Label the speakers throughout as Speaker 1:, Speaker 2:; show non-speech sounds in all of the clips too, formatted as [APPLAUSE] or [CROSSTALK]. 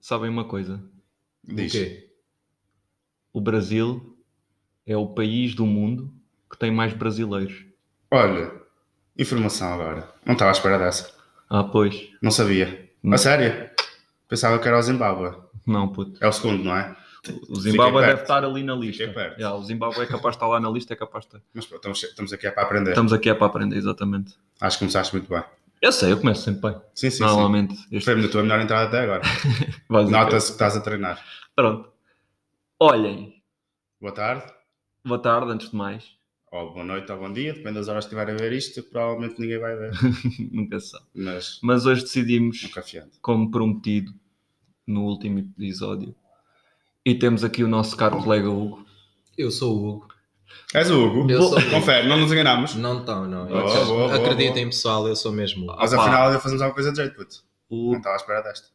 Speaker 1: sabem uma coisa?
Speaker 2: Diz.
Speaker 1: O quê? O Brasil é o país do mundo que tem mais brasileiros.
Speaker 2: Olha, informação agora. Não estava à espera dessa.
Speaker 1: Ah, pois.
Speaker 2: Não sabia.
Speaker 1: Não.
Speaker 2: A sério? Pensava que era o Zimbábue.
Speaker 1: Não, puto.
Speaker 2: É o segundo, não é?
Speaker 1: O Zimbábue
Speaker 2: Fiquei
Speaker 1: deve
Speaker 2: perto.
Speaker 1: estar ali na lista.
Speaker 2: Fiquei perto.
Speaker 1: Já, o Zimbábue é capaz de estar lá na lista, é capaz de estar.
Speaker 2: Mas pronto, estamos, estamos aqui é para aprender.
Speaker 1: Estamos aqui é para aprender, exatamente.
Speaker 2: Acho que começaste muito bem.
Speaker 1: Eu sei, eu começo sempre bem.
Speaker 2: Sim, sim, sim.
Speaker 1: Normalmente. Este
Speaker 2: Foi a tua melhor entrada até agora.
Speaker 1: basicamente.
Speaker 2: Nota-se que estás a treinar.
Speaker 1: Pronto. Olhem,
Speaker 2: Boa tarde,
Speaker 1: boa tarde, antes de mais.
Speaker 2: ou boa noite, ou bom dia, depende das horas que estiver a ver isto, provavelmente ninguém
Speaker 1: [LAUGHS]
Speaker 2: vai ver.
Speaker 1: Nunca se sabe.
Speaker 2: Mas
Speaker 1: Mas hoje decidimos
Speaker 2: nunca fiante.
Speaker 1: como prometido no último episódio. E temos aqui o nosso caro colega Hugo.
Speaker 3: Eu sou o Hugo.
Speaker 2: És o Hugo.
Speaker 3: Eu sou o Hugo.
Speaker 2: Confere, não nos enganamos.
Speaker 1: Hum.
Speaker 3: Não estão, não.
Speaker 2: Boa,
Speaker 3: Acreditem,
Speaker 2: boa, boa,
Speaker 3: Acreditem, pessoal, eu sou mesmo. o Hugo.
Speaker 2: Mas
Speaker 1: Opa.
Speaker 2: afinal ainda fazemos alguma coisa de jeito, puto.
Speaker 1: O
Speaker 2: Não estava à espera desta.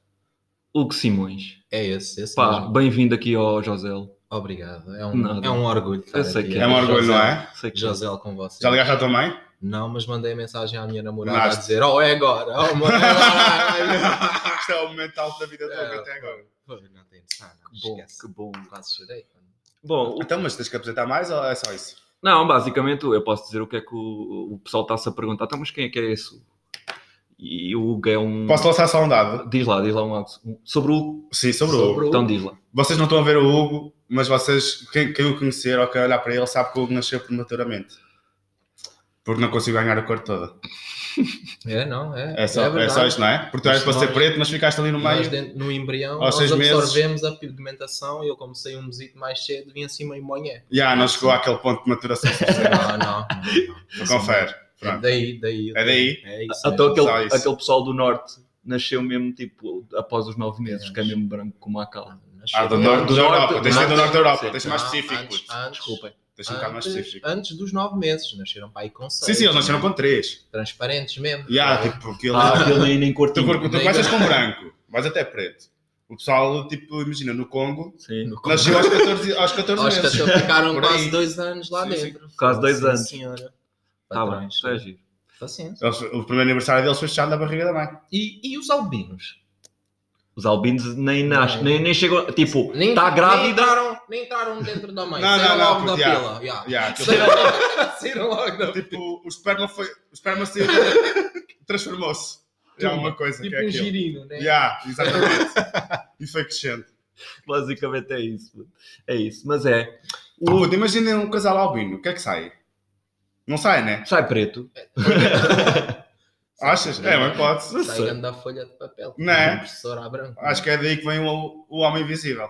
Speaker 1: Hugo Simões.
Speaker 3: É esse, esse
Speaker 1: Pá,
Speaker 3: mesmo.
Speaker 1: bem-vindo aqui ao Josel.
Speaker 3: Obrigado. É um,
Speaker 1: Nada.
Speaker 3: é um orgulho. estar
Speaker 1: Eu sei
Speaker 3: aqui.
Speaker 1: que
Speaker 2: É um orgulho, não é?
Speaker 1: Sei que
Speaker 3: Josel com vocês.
Speaker 2: Já ligaste à tua mãe?
Speaker 3: Não, mas mandei mensagem à minha namorada
Speaker 2: Mandaste.
Speaker 3: a dizer: Oh, é agora! Oh, mano, é
Speaker 2: [LAUGHS]
Speaker 3: agora.
Speaker 2: Isto é o momento alto da vida toda
Speaker 3: É.
Speaker 2: até agora.
Speaker 3: Foi, Não tem ah, não,
Speaker 1: Que bom,
Speaker 3: esquece.
Speaker 1: que bom.
Speaker 3: Quase chorei. mano.
Speaker 1: Bom, o-
Speaker 2: Então, mas tens que apresentar mais ou é só isso?
Speaker 1: [LAUGHS] não, basicamente eu posso dizer o que é que o, o pessoal está-se a perguntar. Então, mas quem é que é esse? Hugo?" E o Hugo é um.
Speaker 2: Posso lançar só um dado?
Speaker 1: Diz lá, diz lá um um- Sobre o Hugo.
Speaker 2: Sim, sobre, o Hugo.
Speaker 3: Sobre o-
Speaker 1: Então diz lá.
Speaker 2: Vocês não estão a ver o Hugo, mas vocês, quem, quem o conhecer ou quem olhar para ele, sabe que o Hugo nasceu prematuramente. Porque não consigo ganhar a cor toda.
Speaker 3: É, não, é.
Speaker 2: É só, é
Speaker 3: verdade.
Speaker 2: só isto, não é? Porque tu eras
Speaker 3: Isto
Speaker 2: para ser
Speaker 3: nós-
Speaker 2: preto, mas ficaste ali no
Speaker 3: Nós
Speaker 2: meio.
Speaker 3: dentro- no embrião,
Speaker 2: Aos
Speaker 3: nós
Speaker 2: seis meses.
Speaker 3: absorvemos a pigmentação e eu comecei um mesito mais cedo, vim assim meio monhé.
Speaker 2: Já, não chegou àquele ponto de maturação. suficiente.
Speaker 3: Não, não, não.
Speaker 2: [LAUGHS]
Speaker 3: não.
Speaker 2: Confere.
Speaker 3: É
Speaker 2: Pronto.
Speaker 3: daí, daí.
Speaker 2: É daí?
Speaker 3: É isso.
Speaker 1: Então aquele,
Speaker 3: mesmo.
Speaker 2: só isso.
Speaker 1: aquele pessoal do Norte nasceu mesmo tipo após os nove meses, que é mesmo branco como a cala.
Speaker 3: Nasceu-
Speaker 2: Ah, do norte da
Speaker 1: Norte-
Speaker 2: Europa. Tens de ser do
Speaker 3: Norte- Ah,
Speaker 2: norte da Europa.
Speaker 1: Sim.
Speaker 2: Tens de ser mais
Speaker 3: Não,
Speaker 2: específico.
Speaker 3: antes-
Speaker 2: puto.
Speaker 3: antes-
Speaker 1: Desculpem.
Speaker 2: Tens de ser um bocado mais
Speaker 3: antes-
Speaker 2: específico.
Speaker 3: Antes dos nove meses, nasceram para ah, aí com seis.
Speaker 2: Sim, sim, eles nasceram com três.
Speaker 3: Transparentes mesmo.
Speaker 2: Já, tipo, porque ele.
Speaker 1: Ah, aquele aí nem
Speaker 2: Tu,
Speaker 1: curtiu.
Speaker 2: cor- tu
Speaker 3: Nem
Speaker 2: começas com branco, mas até preto. O pessoal, tipo, imagina, no Congo,
Speaker 1: Sim.
Speaker 3: No-
Speaker 2: nasceu aos 14, aos 14
Speaker 3: Aos
Speaker 2: meses.
Speaker 3: 14
Speaker 2: [LAUGHS]
Speaker 3: ficaram
Speaker 2: Por aí.
Speaker 3: quase dois anos lá
Speaker 2: Sim, sim.
Speaker 3: dentro.
Speaker 1: Quase dois
Speaker 3: Sim,
Speaker 1: anos.
Speaker 3: senhora.
Speaker 1: Tá bem,
Speaker 3: Patrões. né?
Speaker 1: isso é giro.
Speaker 3: Paciência.
Speaker 2: Eles- o primeiro aniversário deles foi fechado na barriga da mãe.
Speaker 3: E, e os albinos?
Speaker 1: Os albinos nem nascem,
Speaker 3: Não.
Speaker 1: nem, nem chegam. Tipo,
Speaker 3: Nem-
Speaker 1: está
Speaker 3: Nem
Speaker 1: grávida.
Speaker 3: entraram, nem entraram dentro da mãe.
Speaker 2: Não,
Speaker 3: Saíram
Speaker 2: não, não,
Speaker 3: logo da
Speaker 2: porque,
Speaker 3: pila.
Speaker 2: [LAUGHS]
Speaker 3: Yeah.
Speaker 2: Yeah, aquilo-
Speaker 3: Saíram logo- [LAUGHS] Saíram logo da pila.
Speaker 2: tipo, o esperma foi. O esperma saiu. transformou-se. É uma coisa que
Speaker 3: Tipo
Speaker 2: é
Speaker 3: um
Speaker 2: aquilo.
Speaker 3: girino, né?
Speaker 2: Yeah, exatamente. e foi crescendo.
Speaker 1: Basicamente é isso. mano. É isso. Mas é.
Speaker 2: Oh,
Speaker 1: O...
Speaker 2: puto, imaginem um casal albino, o que é que sai? Não sai, né?
Speaker 1: Sai preto.
Speaker 2: Achas? É uma hipótese.
Speaker 1: Não sei.
Speaker 3: Saíram da folha de papel.
Speaker 2: Né?
Speaker 3: Professora à branca.
Speaker 2: Acho que é daí que vem o, o homem invisível.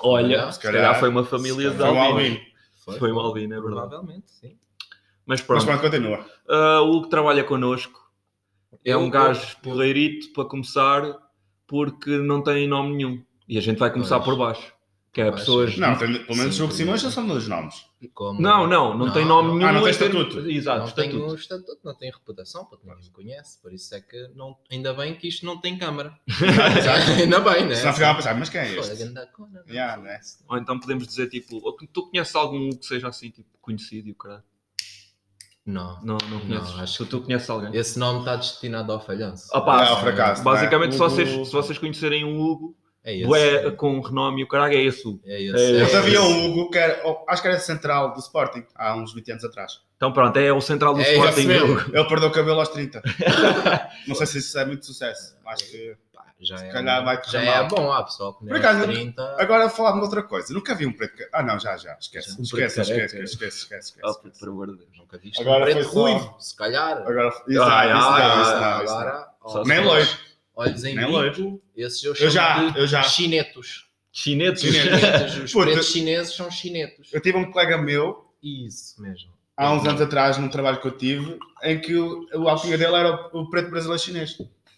Speaker 1: Olha, se
Speaker 2: Se
Speaker 1: calhar,
Speaker 2: calhar
Speaker 1: foi uma família de
Speaker 3: se
Speaker 2: Foi um
Speaker 3: calhar
Speaker 1: albinos.
Speaker 2: albino.
Speaker 1: Foi um albino, é verdade.
Speaker 3: Provavelmente, sim.
Speaker 1: Mas
Speaker 2: Mas
Speaker 1: pronto.
Speaker 2: pronto, continua.
Speaker 1: Ah, o que trabalha connosco é um
Speaker 3: Eu-
Speaker 1: gajo porreirito para começar porque não tem nome nenhum. E a gente vai começar
Speaker 3: Pois.
Speaker 1: por baixo. Que é
Speaker 3: Baixo.
Speaker 1: pessoas.
Speaker 2: Não, tem- pelo menos
Speaker 3: Sim,
Speaker 2: o Hugo
Speaker 3: sim.
Speaker 2: Simões já são dois nomes.
Speaker 3: Como- é.
Speaker 1: Não, não, não, tem nome nenhum.
Speaker 2: Ah, não tem
Speaker 1: em termos-
Speaker 2: estatuto.
Speaker 1: Exato,
Speaker 3: Não tem
Speaker 1: estatuto.
Speaker 3: um estatuto, não tem reputação, porque ninguém me conhece. Por isso é que não, ainda bem que isto não
Speaker 1: [LAUGHS]
Speaker 3: tem câmara.
Speaker 2: Exato.
Speaker 3: ainda bem, né?
Speaker 2: Se não ficava a pensar, mas quem é
Speaker 3: Pô, a
Speaker 2: este?
Speaker 3: ganda cona, não
Speaker 2: Yeah,
Speaker 3: sei.
Speaker 2: né?
Speaker 1: Ou então podemos dizer tipo, ou tu- tu conheces algum que seja assim, tipo, conhecido e o caralho?
Speaker 3: Não.
Speaker 1: Não, não conheces.
Speaker 3: acho
Speaker 1: tu, tu conheces alguém.
Speaker 3: Esse nome está destinado ao falhanço.
Speaker 1: Opa,
Speaker 2: É, ao fracasso.
Speaker 1: Basicamente, se,
Speaker 3: Hugo-
Speaker 1: vocês, se vocês conhecerem um Hugo,
Speaker 3: É esse.
Speaker 1: bué, com renome e o caralho, é esse Hugo.
Speaker 3: É esse.
Speaker 1: É
Speaker 3: é
Speaker 2: Eu
Speaker 1: esse.
Speaker 3: esse.
Speaker 2: sabia um Hugo que era, oh, acho que era central do Sporting, há uns 20 anos atrás.
Speaker 1: Então pronto, é o central do
Speaker 3: É
Speaker 2: Já
Speaker 1: Sporting
Speaker 2: se vê,
Speaker 1: Hugo.
Speaker 2: Ele perdeu o cabelo aos 30. Não sei se isso é muito sucesso. Acho que.
Speaker 3: Pá, Já é,
Speaker 2: calhar vai te
Speaker 3: já
Speaker 2: chamar.
Speaker 3: é bom, há pessoal que não
Speaker 2: Por acaso,
Speaker 3: 30.
Speaker 2: Agora falar de outra coisa. Nunca vi um preto. ca- Ah, não, já, já. Esquece.
Speaker 3: Já.
Speaker 1: Um
Speaker 2: esquece,
Speaker 1: preto
Speaker 2: esquece,
Speaker 1: careca.
Speaker 2: esquece, esquece, esquece,
Speaker 1: Ah,
Speaker 2: esquece.
Speaker 1: por amor de Deus.
Speaker 3: Nunca viste
Speaker 2: Agora
Speaker 3: um
Speaker 2: foi
Speaker 3: preto
Speaker 2: só-
Speaker 3: ruivo, se calhar.
Speaker 2: Agora. Isso,
Speaker 1: Ah,
Speaker 2: não, isso
Speaker 1: ah,
Speaker 2: não, isso
Speaker 1: ah,
Speaker 2: não, isso não.
Speaker 3: Agora, olhos-
Speaker 2: Nem loiro.
Speaker 3: Olhos em
Speaker 2: Nem
Speaker 3: bico, esses eu
Speaker 2: Eu
Speaker 3: chamo
Speaker 2: já,
Speaker 3: de
Speaker 2: eu já.
Speaker 3: chinetos.
Speaker 1: Chinetos.
Speaker 2: Chinetos.
Speaker 3: Os
Speaker 2: [LAUGHS] Puta.
Speaker 3: pretos chineses são chinetos.
Speaker 2: Eu tive um colega meu,
Speaker 3: Isso mesmo.
Speaker 2: há uns anos atrás, num trabalho que eu tive, em que o, o alcunha dele era o preto brasileiro chinês.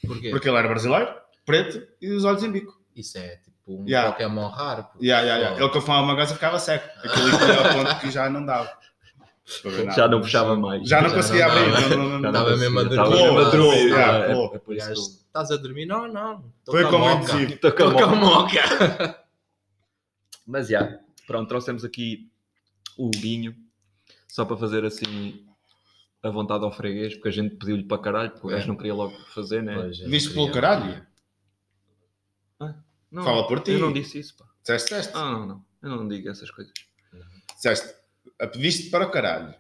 Speaker 3: Porquê?
Speaker 2: Porque ele era brasileiro, preto e os olhos em bico.
Speaker 3: Isso é tipo um
Speaker 2: Yeah.
Speaker 3: Pokémon raro. porque
Speaker 2: Yeah, yeah, yeah.
Speaker 1: Oh.
Speaker 3: só-
Speaker 2: Ele que eu fumava uma gaza ficava seco. Aquele que era o ponto que já não dava. Para ver nada.
Speaker 1: [LAUGHS] Já não puxava mais.
Speaker 2: Já não
Speaker 3: Já
Speaker 2: conseguia
Speaker 3: não
Speaker 2: abrir.
Speaker 3: dava.
Speaker 2: não- não- não-
Speaker 3: dava
Speaker 1: conseguia,
Speaker 3: mesmo a
Speaker 1: estava
Speaker 2: dormir.
Speaker 1: mesmo a dormir,
Speaker 2: Pô,
Speaker 1: já,
Speaker 2: pô.
Speaker 1: é- é
Speaker 3: O
Speaker 1: por
Speaker 3: gajo,
Speaker 1: isso
Speaker 3: estás a dormir? Não, não. Tô
Speaker 2: Foi
Speaker 3: com a
Speaker 2: como
Speaker 3: moca.
Speaker 2: induzir.
Speaker 1: que- Tô com a
Speaker 3: Tô com a
Speaker 1: mão.
Speaker 3: moca.
Speaker 1: [LAUGHS] Mas já, pronto, trouxemos aqui o Huguinho, só para fazer assim a vontade ao freguês, porque a gente pediu-lhe para caralho, porque o gajo não queria logo fazer, né?
Speaker 3: Pois, eu não
Speaker 2: Viste pelo
Speaker 3: queria.
Speaker 2: caralho?
Speaker 1: Não,
Speaker 2: Fala por ti.
Speaker 1: Eu não disse isso, pá.
Speaker 2: Disseste,
Speaker 1: Ah, não, não. Eu não digo essas coisas.
Speaker 2: disseste, a pediste para o caralho.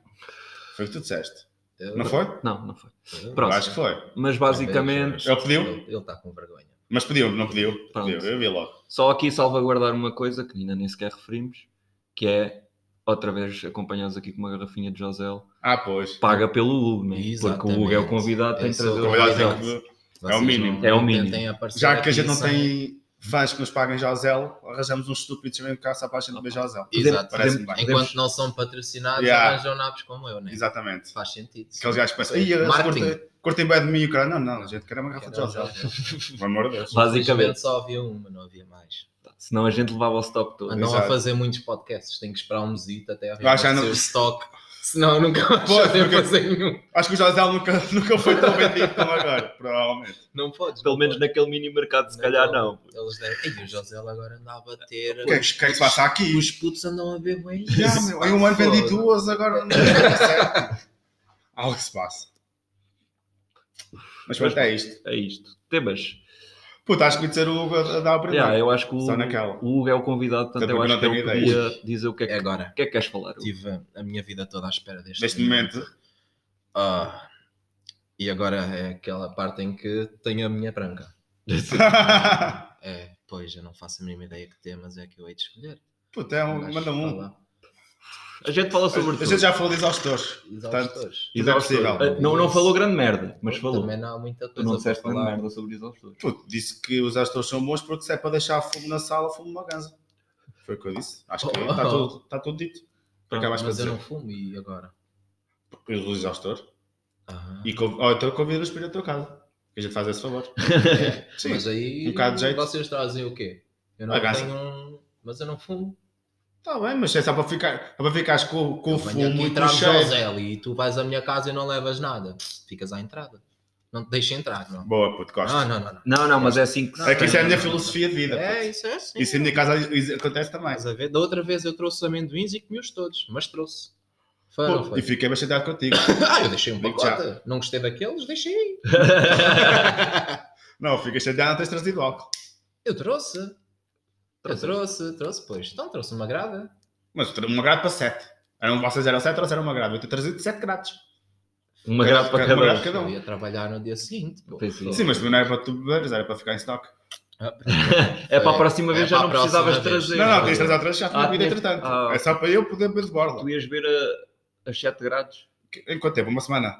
Speaker 2: Foi o que tu disseste. Não foi?
Speaker 1: Não, não foi.
Speaker 3: Eu-
Speaker 2: Eu
Speaker 1: Pronto.
Speaker 2: acho que foi.
Speaker 1: Mas
Speaker 3: é
Speaker 1: basicamente,
Speaker 2: Ele pediu? É
Speaker 3: Ele está com vergonha.
Speaker 2: Mas pediu, não pediu?
Speaker 1: Pronto.
Speaker 2: Pediu, eu vi logo.
Speaker 1: só aqui salvaguardar uma coisa que ainda nem sequer referimos, que é, outra vez, acompanhados aqui com uma garrafinha de Josel,
Speaker 2: Ah, pois.
Speaker 1: paga pelo Hugo, né?
Speaker 3: Exatamente.
Speaker 1: porque o Hugo é o convidado, tem de
Speaker 3: Esse é o
Speaker 1: trazer
Speaker 2: O
Speaker 1: o
Speaker 2: convidado
Speaker 1: convidado.
Speaker 2: tem que- É o mínimo.
Speaker 1: É o mínimo.
Speaker 2: Já que a gente não
Speaker 1: é
Speaker 2: tem fãs que nos paguem Josel, arranjamos uns estúpidos também cá só para a
Speaker 1: Ah,
Speaker 2: gente ver Josel.
Speaker 3: Exato.
Speaker 2: Parece-me bem.
Speaker 3: Enquanto não são patrocinados,
Speaker 2: Yeah.
Speaker 3: arranjam naves como eu, né?
Speaker 2: Exatamente.
Speaker 3: Faz sentido.
Speaker 2: Aqueles gajos que pensam, "Ih, eles
Speaker 3: Marketing.
Speaker 2: curtem- curtem bem de mim, o cara. Não, não, a gente quer uma garrafa de
Speaker 3: Era o
Speaker 2: Josel.
Speaker 3: José.
Speaker 2: Pelo amor de Deus.
Speaker 1: Basicamente,
Speaker 3: Infelizmente, só havia uma, não havia mais.
Speaker 1: senão a gente levava o stock todo.
Speaker 3: Andam
Speaker 2: Exato.
Speaker 3: a fazer muitos podcasts, tenho que esperar um mesito até haver
Speaker 2: Eu acho que já não-
Speaker 3: o stock, senão eu nunca vais
Speaker 2: Pois,
Speaker 3: saber
Speaker 2: porque-
Speaker 3: fazer nenhum.
Speaker 2: Acho que o Josel nunca, [LAUGHS] nunca foi tão vendido como agora, provavelmente.
Speaker 3: Não podes.
Speaker 1: Pelo
Speaker 3: não
Speaker 1: menos
Speaker 3: podes.
Speaker 1: naquele mini mercado, se calhar não.
Speaker 3: Eles devem. Ei, o José agora anda a bater.
Speaker 2: O que é que, o que é que se passa aqui?
Speaker 3: Os putos andam a ver bem.
Speaker 2: Já, meu, em um ano vendi
Speaker 3: Foda.
Speaker 2: duas, agora não é certo. Algo se passa. Mas pronto, é isto.
Speaker 1: É isto. Temas.
Speaker 2: Puta, acho que podia ser o Hugo a a dar a aprender.
Speaker 1: Yeah, eu acho que o,
Speaker 2: Só naquela.
Speaker 1: o Hugo é o convidado, portanto
Speaker 2: Até
Speaker 1: eu
Speaker 2: porque
Speaker 1: acho
Speaker 2: não
Speaker 1: que ele
Speaker 2: tenho ideia.
Speaker 1: podia dizer o que é
Speaker 3: É
Speaker 1: que,
Speaker 3: agora.
Speaker 1: o que é que queres falar. Hugo?
Speaker 3: Tive a minha vida toda à espera deste,
Speaker 2: Neste momento, [LAUGHS]
Speaker 3: Ah, e agora é aquela parte em que tenho a minha branca. É, pois, eu não faço a mínima ideia que temas é que eu hei de escolher.
Speaker 2: puta, é um,
Speaker 3: Mas,
Speaker 2: manda um.
Speaker 3: vá lá.
Speaker 1: A gente fala sobre
Speaker 2: A
Speaker 1: tudo.
Speaker 2: gente já é falou disso aos teus.
Speaker 3: Exaustores.
Speaker 2: Tudo é possível.
Speaker 1: Ah, Não, não falou grande merda, mas
Speaker 3: Pô,
Speaker 1: falou.
Speaker 3: Também não há muita
Speaker 1: Tu
Speaker 3: coisa
Speaker 1: não
Speaker 3: para
Speaker 1: disseste grande
Speaker 3: falar.
Speaker 1: merda sobre exaustores.
Speaker 2: Puto, disse que os astros são bons porque se é para deixar fumo na sala, fumo uma ganza. Foi o que eu disse. Acho que
Speaker 3: Oh.
Speaker 2: está tudo, tá tudo dito.
Speaker 1: Pronto,
Speaker 2: Acabas para
Speaker 3: Mas eu
Speaker 2: dizer.
Speaker 3: não fumo e agora?
Speaker 2: Os astros.
Speaker 3: Ah,
Speaker 2: E conv... oh, então convida-os para ir à tua casa. Que a gente faz esse
Speaker 3: [LAUGHS]
Speaker 2: favor.
Speaker 3: é.
Speaker 2: Sim.
Speaker 3: Mas aí
Speaker 2: um bocado de jeito.
Speaker 3: vocês trazem o quê? Eu não
Speaker 2: A gás.
Speaker 3: tenho um... Mas eu não fumo.
Speaker 2: Está bem, mas é só para ficar, é para ficares com, com o
Speaker 3: Eu venho
Speaker 2: fumo e
Speaker 3: aqui e
Speaker 2: com o
Speaker 3: trago
Speaker 2: cheiro.
Speaker 3: Joseli e tu vais à minha casa e não levas nada. Ficas à entrada. Não te deixa entrar, não.
Speaker 2: Boa, puto, gosto.
Speaker 3: Ah, Não, não, não. não.
Speaker 1: Não, não, mas é assim que
Speaker 3: Não,
Speaker 2: é que isso é a minha
Speaker 3: não, não,
Speaker 2: filosofia de vida.
Speaker 3: É,
Speaker 2: puto.
Speaker 3: isso é assim.
Speaker 2: Isso em minha casa is- acontece também.
Speaker 3: Estás a ver? Da outra vez eu trouxe amendoins e comi-os todos, mas trouxe. Foi ou não
Speaker 2: Pô,
Speaker 3: foi?
Speaker 2: e fiquei bastante chateado contigo. [COUGHS]
Speaker 3: Ah, eu deixei um
Speaker 2: Digo
Speaker 3: pacote. Não gostei daqueles, deixei aí.
Speaker 2: não, fiquei chateado não tens trazido álcool.
Speaker 3: Eu trouxe. Eu
Speaker 1: Trouxe.
Speaker 3: trouxe, trouxe, pois. Então trouxe uma grada.
Speaker 2: Mas tra- uma grade para sete. Eram, vocês eram sete, trouxeram uma grade. Eu te trazido sete grades.
Speaker 1: uma grade
Speaker 2: Uma
Speaker 1: para cada
Speaker 2: grade para
Speaker 1: um.
Speaker 2: Cada um.
Speaker 3: Eu ia trabalhar no dia seguinte. pô.
Speaker 1: Pois é.
Speaker 2: Sim, mas não era para tu beberes, era para ficar em stock.
Speaker 3: Ah,
Speaker 1: É para a próxima
Speaker 3: É
Speaker 1: vez já
Speaker 3: para
Speaker 1: não
Speaker 3: a próxima
Speaker 1: precisavas
Speaker 3: vez.
Speaker 1: trazer.
Speaker 2: Não, não,
Speaker 3: eu-
Speaker 2: tens de trazer outras já tinha
Speaker 1: Ah,
Speaker 2: bebido
Speaker 1: tinha-
Speaker 2: entretanto.
Speaker 1: ah.
Speaker 2: É só para eu poder beber de borla.
Speaker 1: Tu ias ver a- as 7 graus.
Speaker 2: Em quanto tempo? Uma semana?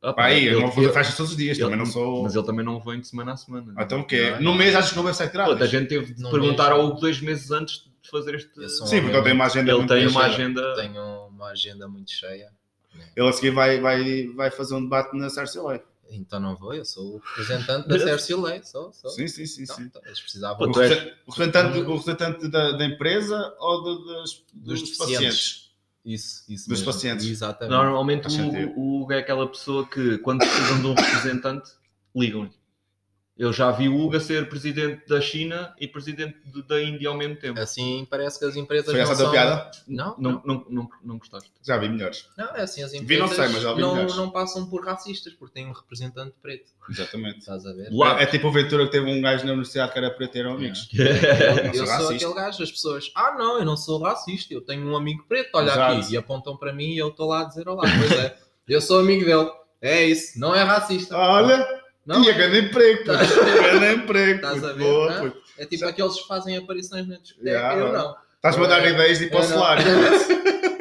Speaker 1: Ah,
Speaker 2: Pá, aí, eu,
Speaker 1: ele-
Speaker 2: não vou fazer
Speaker 1: ele-
Speaker 2: festas todos os dias,
Speaker 1: ele-
Speaker 2: também não sou...
Speaker 1: Mas ele também não vem de semana a semana.
Speaker 2: Ah,
Speaker 1: né?
Speaker 2: Então o quê?
Speaker 3: Não,
Speaker 2: Num
Speaker 3: não.
Speaker 2: mês acho que não bebo sete
Speaker 1: Pô, a
Speaker 2: grades.
Speaker 1: gente teve de
Speaker 3: Não
Speaker 1: perguntar
Speaker 3: mesmo.
Speaker 1: ao Hugo dois meses antes de fazer este.
Speaker 3: Eu sou um
Speaker 2: Sim, porque ele tem uma agenda
Speaker 1: Ele
Speaker 2: muito
Speaker 1: tem
Speaker 2: bem
Speaker 1: uma
Speaker 2: cheia.
Speaker 1: agenda.
Speaker 3: Tenho uma agenda muito cheia.
Speaker 2: Ele a seguir vai, vai, vai fazer um debate na Cersei Lei.
Speaker 3: Então não vou, eu sou o representante da Cersei Lei. Sou, sou.
Speaker 2: Sim, sim, sim.
Speaker 3: Então,
Speaker 2: sim.
Speaker 3: então, eles precisavam
Speaker 1: Pô,
Speaker 2: O,
Speaker 1: tu és-
Speaker 2: representante- o representante, o representante da, da empresa ou do- dos, dos,
Speaker 3: Dos
Speaker 2: pacientes?
Speaker 3: isso, isso
Speaker 2: dos
Speaker 3: mesmo.
Speaker 2: pacientes.
Speaker 3: Exatamente.
Speaker 1: Normalmente
Speaker 2: Faz
Speaker 1: o Hugo,
Speaker 2: sentido.
Speaker 1: o Hugo é aquela pessoa que, quando precisam de um representante, ligam-lhe. Eu já vi o Hugo a ser presidente da China e presidente de- da Índia ao mesmo tempo.
Speaker 3: Assim parece que as empresas.
Speaker 2: Foi
Speaker 3: não
Speaker 2: essa a tua
Speaker 3: são-
Speaker 2: piada?
Speaker 3: Não,
Speaker 1: Não, não, não, não gostaste.
Speaker 2: Já vi melhores.
Speaker 3: Não, é assim, as
Speaker 2: Vi, não
Speaker 3: empresas
Speaker 2: sei, mas já ouvi
Speaker 3: não,
Speaker 2: milhares.
Speaker 3: não passam por racistas porque têm um representante preto.
Speaker 2: Exatamente.
Speaker 3: Estás a ver?
Speaker 1: Lá.
Speaker 2: É, é tipo o Ventura que teve um gajo na universidade que era um preto e eram amigos.
Speaker 3: Eu,
Speaker 2: É, Não sou
Speaker 3: eu sou
Speaker 2: racista.
Speaker 3: aquele gajo, as pessoas, ah não, eu não sou racista, eu tenho um amigo preto, olha
Speaker 2: Exato.
Speaker 3: aqui, e apontam para mim e eu estou lá a dizer olá, pois é, eu sou amigo dele, é isso, não é racista.
Speaker 2: Olha,
Speaker 3: não, tá
Speaker 2: e é grande emprego, puto. Grande emprego,
Speaker 3: Estás
Speaker 2: puto.
Speaker 3: a ver,
Speaker 2: Boa,
Speaker 3: não?
Speaker 2: puto.
Speaker 3: é tipo aqueles que fazem aparições na discoteca,
Speaker 2: Yeah,
Speaker 3: eu
Speaker 2: olha.
Speaker 3: não.
Speaker 2: Estás-me a dar
Speaker 3: É,
Speaker 2: ideias de ir para o
Speaker 3: é, não. [LAUGHS]
Speaker 2: solário.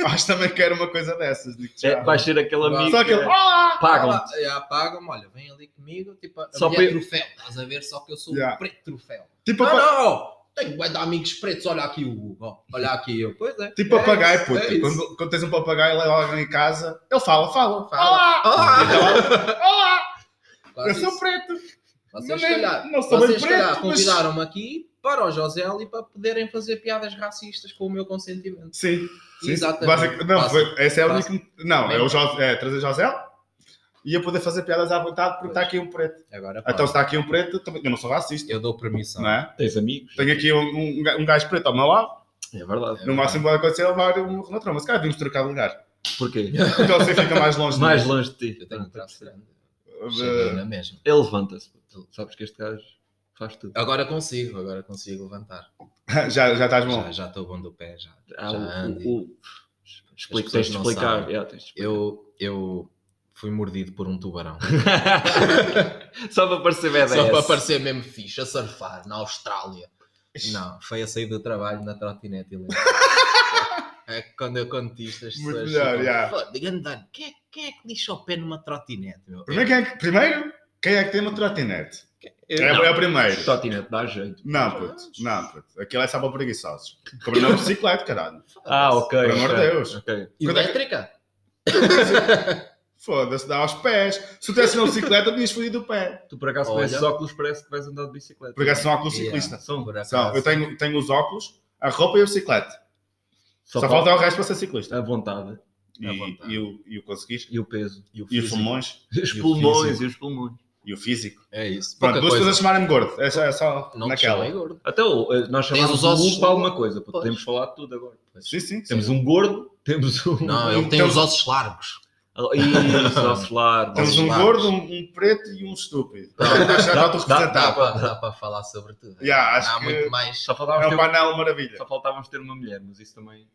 Speaker 2: Acho que também quero uma coisa dessas. digo-te já.
Speaker 1: [LAUGHS] É, vais ser aquele
Speaker 3: Lá.
Speaker 1: amigo.
Speaker 2: Só aquele.
Speaker 1: que é,
Speaker 2: "Olá!"
Speaker 1: Pagam-te.
Speaker 3: Ah, yeah, Pagam-me, olha, vem ali comigo, tipo, a
Speaker 1: Só
Speaker 3: só mulher
Speaker 1: para eu-
Speaker 3: troféu, estás a ver, só que eu sou
Speaker 2: Yeah.
Speaker 3: um preto troféu.
Speaker 2: Tipo,
Speaker 3: Não,
Speaker 2: apa-
Speaker 3: não, ó, tenho bué de amigos pretos, olha aqui o Hugo, ó, olha aqui eu, pois é.
Speaker 2: tipo
Speaker 3: é
Speaker 2: papagaio,
Speaker 3: isso,
Speaker 2: puto.
Speaker 3: é isso.
Speaker 2: quando, quando tens um papagaio lá alguém em casa, ele fala, fala, fala.
Speaker 3: Fala. Ah!
Speaker 2: Então, olá,
Speaker 3: Quase
Speaker 2: eu sou um
Speaker 3: isso.
Speaker 2: preto.
Speaker 3: Vocês,
Speaker 2: não
Speaker 3: se
Speaker 2: é-
Speaker 3: calhar,
Speaker 2: não sou bem
Speaker 3: vocês se calhar,
Speaker 2: preto, mas-
Speaker 3: convidaram-me aqui para o José e para poderem fazer piadas racistas com o meu consentimento.
Speaker 2: Sim. sim.
Speaker 3: Exatamente.
Speaker 2: Basic- Não,
Speaker 3: Passa.
Speaker 2: foi- essa é a
Speaker 3: Passa.
Speaker 2: única. Não, é
Speaker 3: Bem.
Speaker 2: o José, é, trazer José e eu poder fazer piadas à vontade porque está aqui um preto.
Speaker 3: Agora, pá,
Speaker 2: Então, se está aqui um preto, também- eu não sou racista,
Speaker 3: eu dou permissão.
Speaker 2: não é?
Speaker 1: Tens amigos.
Speaker 2: Tenho aqui um, um, ga- um gajo preto ao meu lado,
Speaker 1: É verdade.
Speaker 2: no máximo vai acontecer levar um relatrão, mas cara, vimos trocar de lugar.
Speaker 1: É. Porquê?
Speaker 2: Então você fica mais longe. Eh, de mim.
Speaker 1: Mais longe de ti.
Speaker 3: Eu tenho
Speaker 1: Ah,
Speaker 3: que
Speaker 1: tá
Speaker 3: traço
Speaker 1: certo.
Speaker 3: grande.
Speaker 2: De-
Speaker 3: Chega é na mesma.
Speaker 1: Ele levanta-se. puto. Sabes que este gajo Faz tudo.
Speaker 3: Agora consigo, agora consigo levantar.
Speaker 2: já, já estás Tá bom.
Speaker 3: Já já estou bom do pé, já.
Speaker 1: Há
Speaker 3: já
Speaker 1: o-
Speaker 3: ando e-
Speaker 1: o- o- Explica, tens
Speaker 3: pessoas
Speaker 1: de
Speaker 3: não
Speaker 1: explicar.
Speaker 3: sabem.
Speaker 1: yeah, tens de explicar.
Speaker 3: Eu, eu fui mordido por um tubarão.
Speaker 1: [LAUGHS] Só para parecer badass.
Speaker 3: Só para parecer mesmo fixe, a surfar na Austrália. Não, foi a sair do trabalho na trotinete. [LAUGHS] elétrica. é que quando eu conto isto, as
Speaker 2: Muito
Speaker 3: pessoas.
Speaker 2: melhor,
Speaker 3: ficam,
Speaker 2: já.
Speaker 3: "Foda, Gandano, quem é, quem é que lixa o pé numa trotinete? Meu?
Speaker 2: Primeiro quem, é que, primeiro, quem é que tem uma trotinete?
Speaker 3: Eu-
Speaker 2: É,
Speaker 1: não.
Speaker 2: é o primeiro.
Speaker 1: Totinete, dá jeito.
Speaker 2: Não, puto. Não, puto. Aquilo é só para preguiçosos. Compra
Speaker 3: [LAUGHS]
Speaker 2: na bicicleta, caralho.
Speaker 3: Foda-se.
Speaker 1: Ah, ok.
Speaker 3: É
Speaker 2: Por amor de
Speaker 1: ok,
Speaker 2: Deus.
Speaker 1: ok.
Speaker 3: Elétrica?
Speaker 2: Foda-se, dá aos pés. Se tu tivesse na bicicleta, tinhas fodido o pé.
Speaker 1: Tu por acaso com
Speaker 3: Olha.
Speaker 1: esses óculos parece que vais andar de bicicleta.
Speaker 2: Porque são um óculos
Speaker 3: Yeah. um
Speaker 2: ciclista.
Speaker 1: São.
Speaker 3: Por
Speaker 2: São,
Speaker 3: acaso.
Speaker 2: eu tenho, tenho os óculos, a roupa e a bicicleta. Só, falta o resto para ser ciclista.
Speaker 1: a vontade
Speaker 2: E,
Speaker 3: à É vontade.
Speaker 2: e o, e o conseguiste.
Speaker 1: e o peso.
Speaker 3: E o
Speaker 2: E os
Speaker 3: físico.
Speaker 2: pulmões.
Speaker 1: Os
Speaker 3: E o
Speaker 1: pulmões
Speaker 3: físico.
Speaker 1: e os pulmões.
Speaker 2: E o físico.
Speaker 3: É isso.
Speaker 2: Pronto,
Speaker 3: Pouca
Speaker 2: duas
Speaker 3: coisa.
Speaker 2: coisas chamarem-me gordo. É só, é só
Speaker 3: Não te
Speaker 2: naquela.
Speaker 3: chamei gordo.
Speaker 1: Até o- eh, nós
Speaker 3: Tens
Speaker 1: chamamos
Speaker 3: os
Speaker 1: o
Speaker 3: ossos
Speaker 1: ossos para
Speaker 3: do-
Speaker 1: alguma coisa, porque
Speaker 3: Pois.
Speaker 1: podemos falar de tudo agora.
Speaker 2: Sim, sim. sim.
Speaker 1: Temos um gordo, temos um.
Speaker 3: Não, ele tem
Speaker 2: Então-
Speaker 3: os ossos largos.
Speaker 1: [LAUGHS] Isso, ossos largos.
Speaker 2: Temos um
Speaker 3: Vamos lá.
Speaker 2: gordo, um, um preto e um estúpido.
Speaker 3: Dá-
Speaker 1: dá-
Speaker 2: Já estou
Speaker 3: Dá
Speaker 2: representado.
Speaker 3: para dá para falar sobre tudo.
Speaker 2: Tá, Yeah, acho
Speaker 3: Há
Speaker 2: que-
Speaker 3: muito mais.
Speaker 1: Só
Speaker 2: É
Speaker 1: faltávamos,
Speaker 2: um
Speaker 1: ter,
Speaker 2: painel maravilha.
Speaker 1: só faltávamos ter uma mulher, mas isso também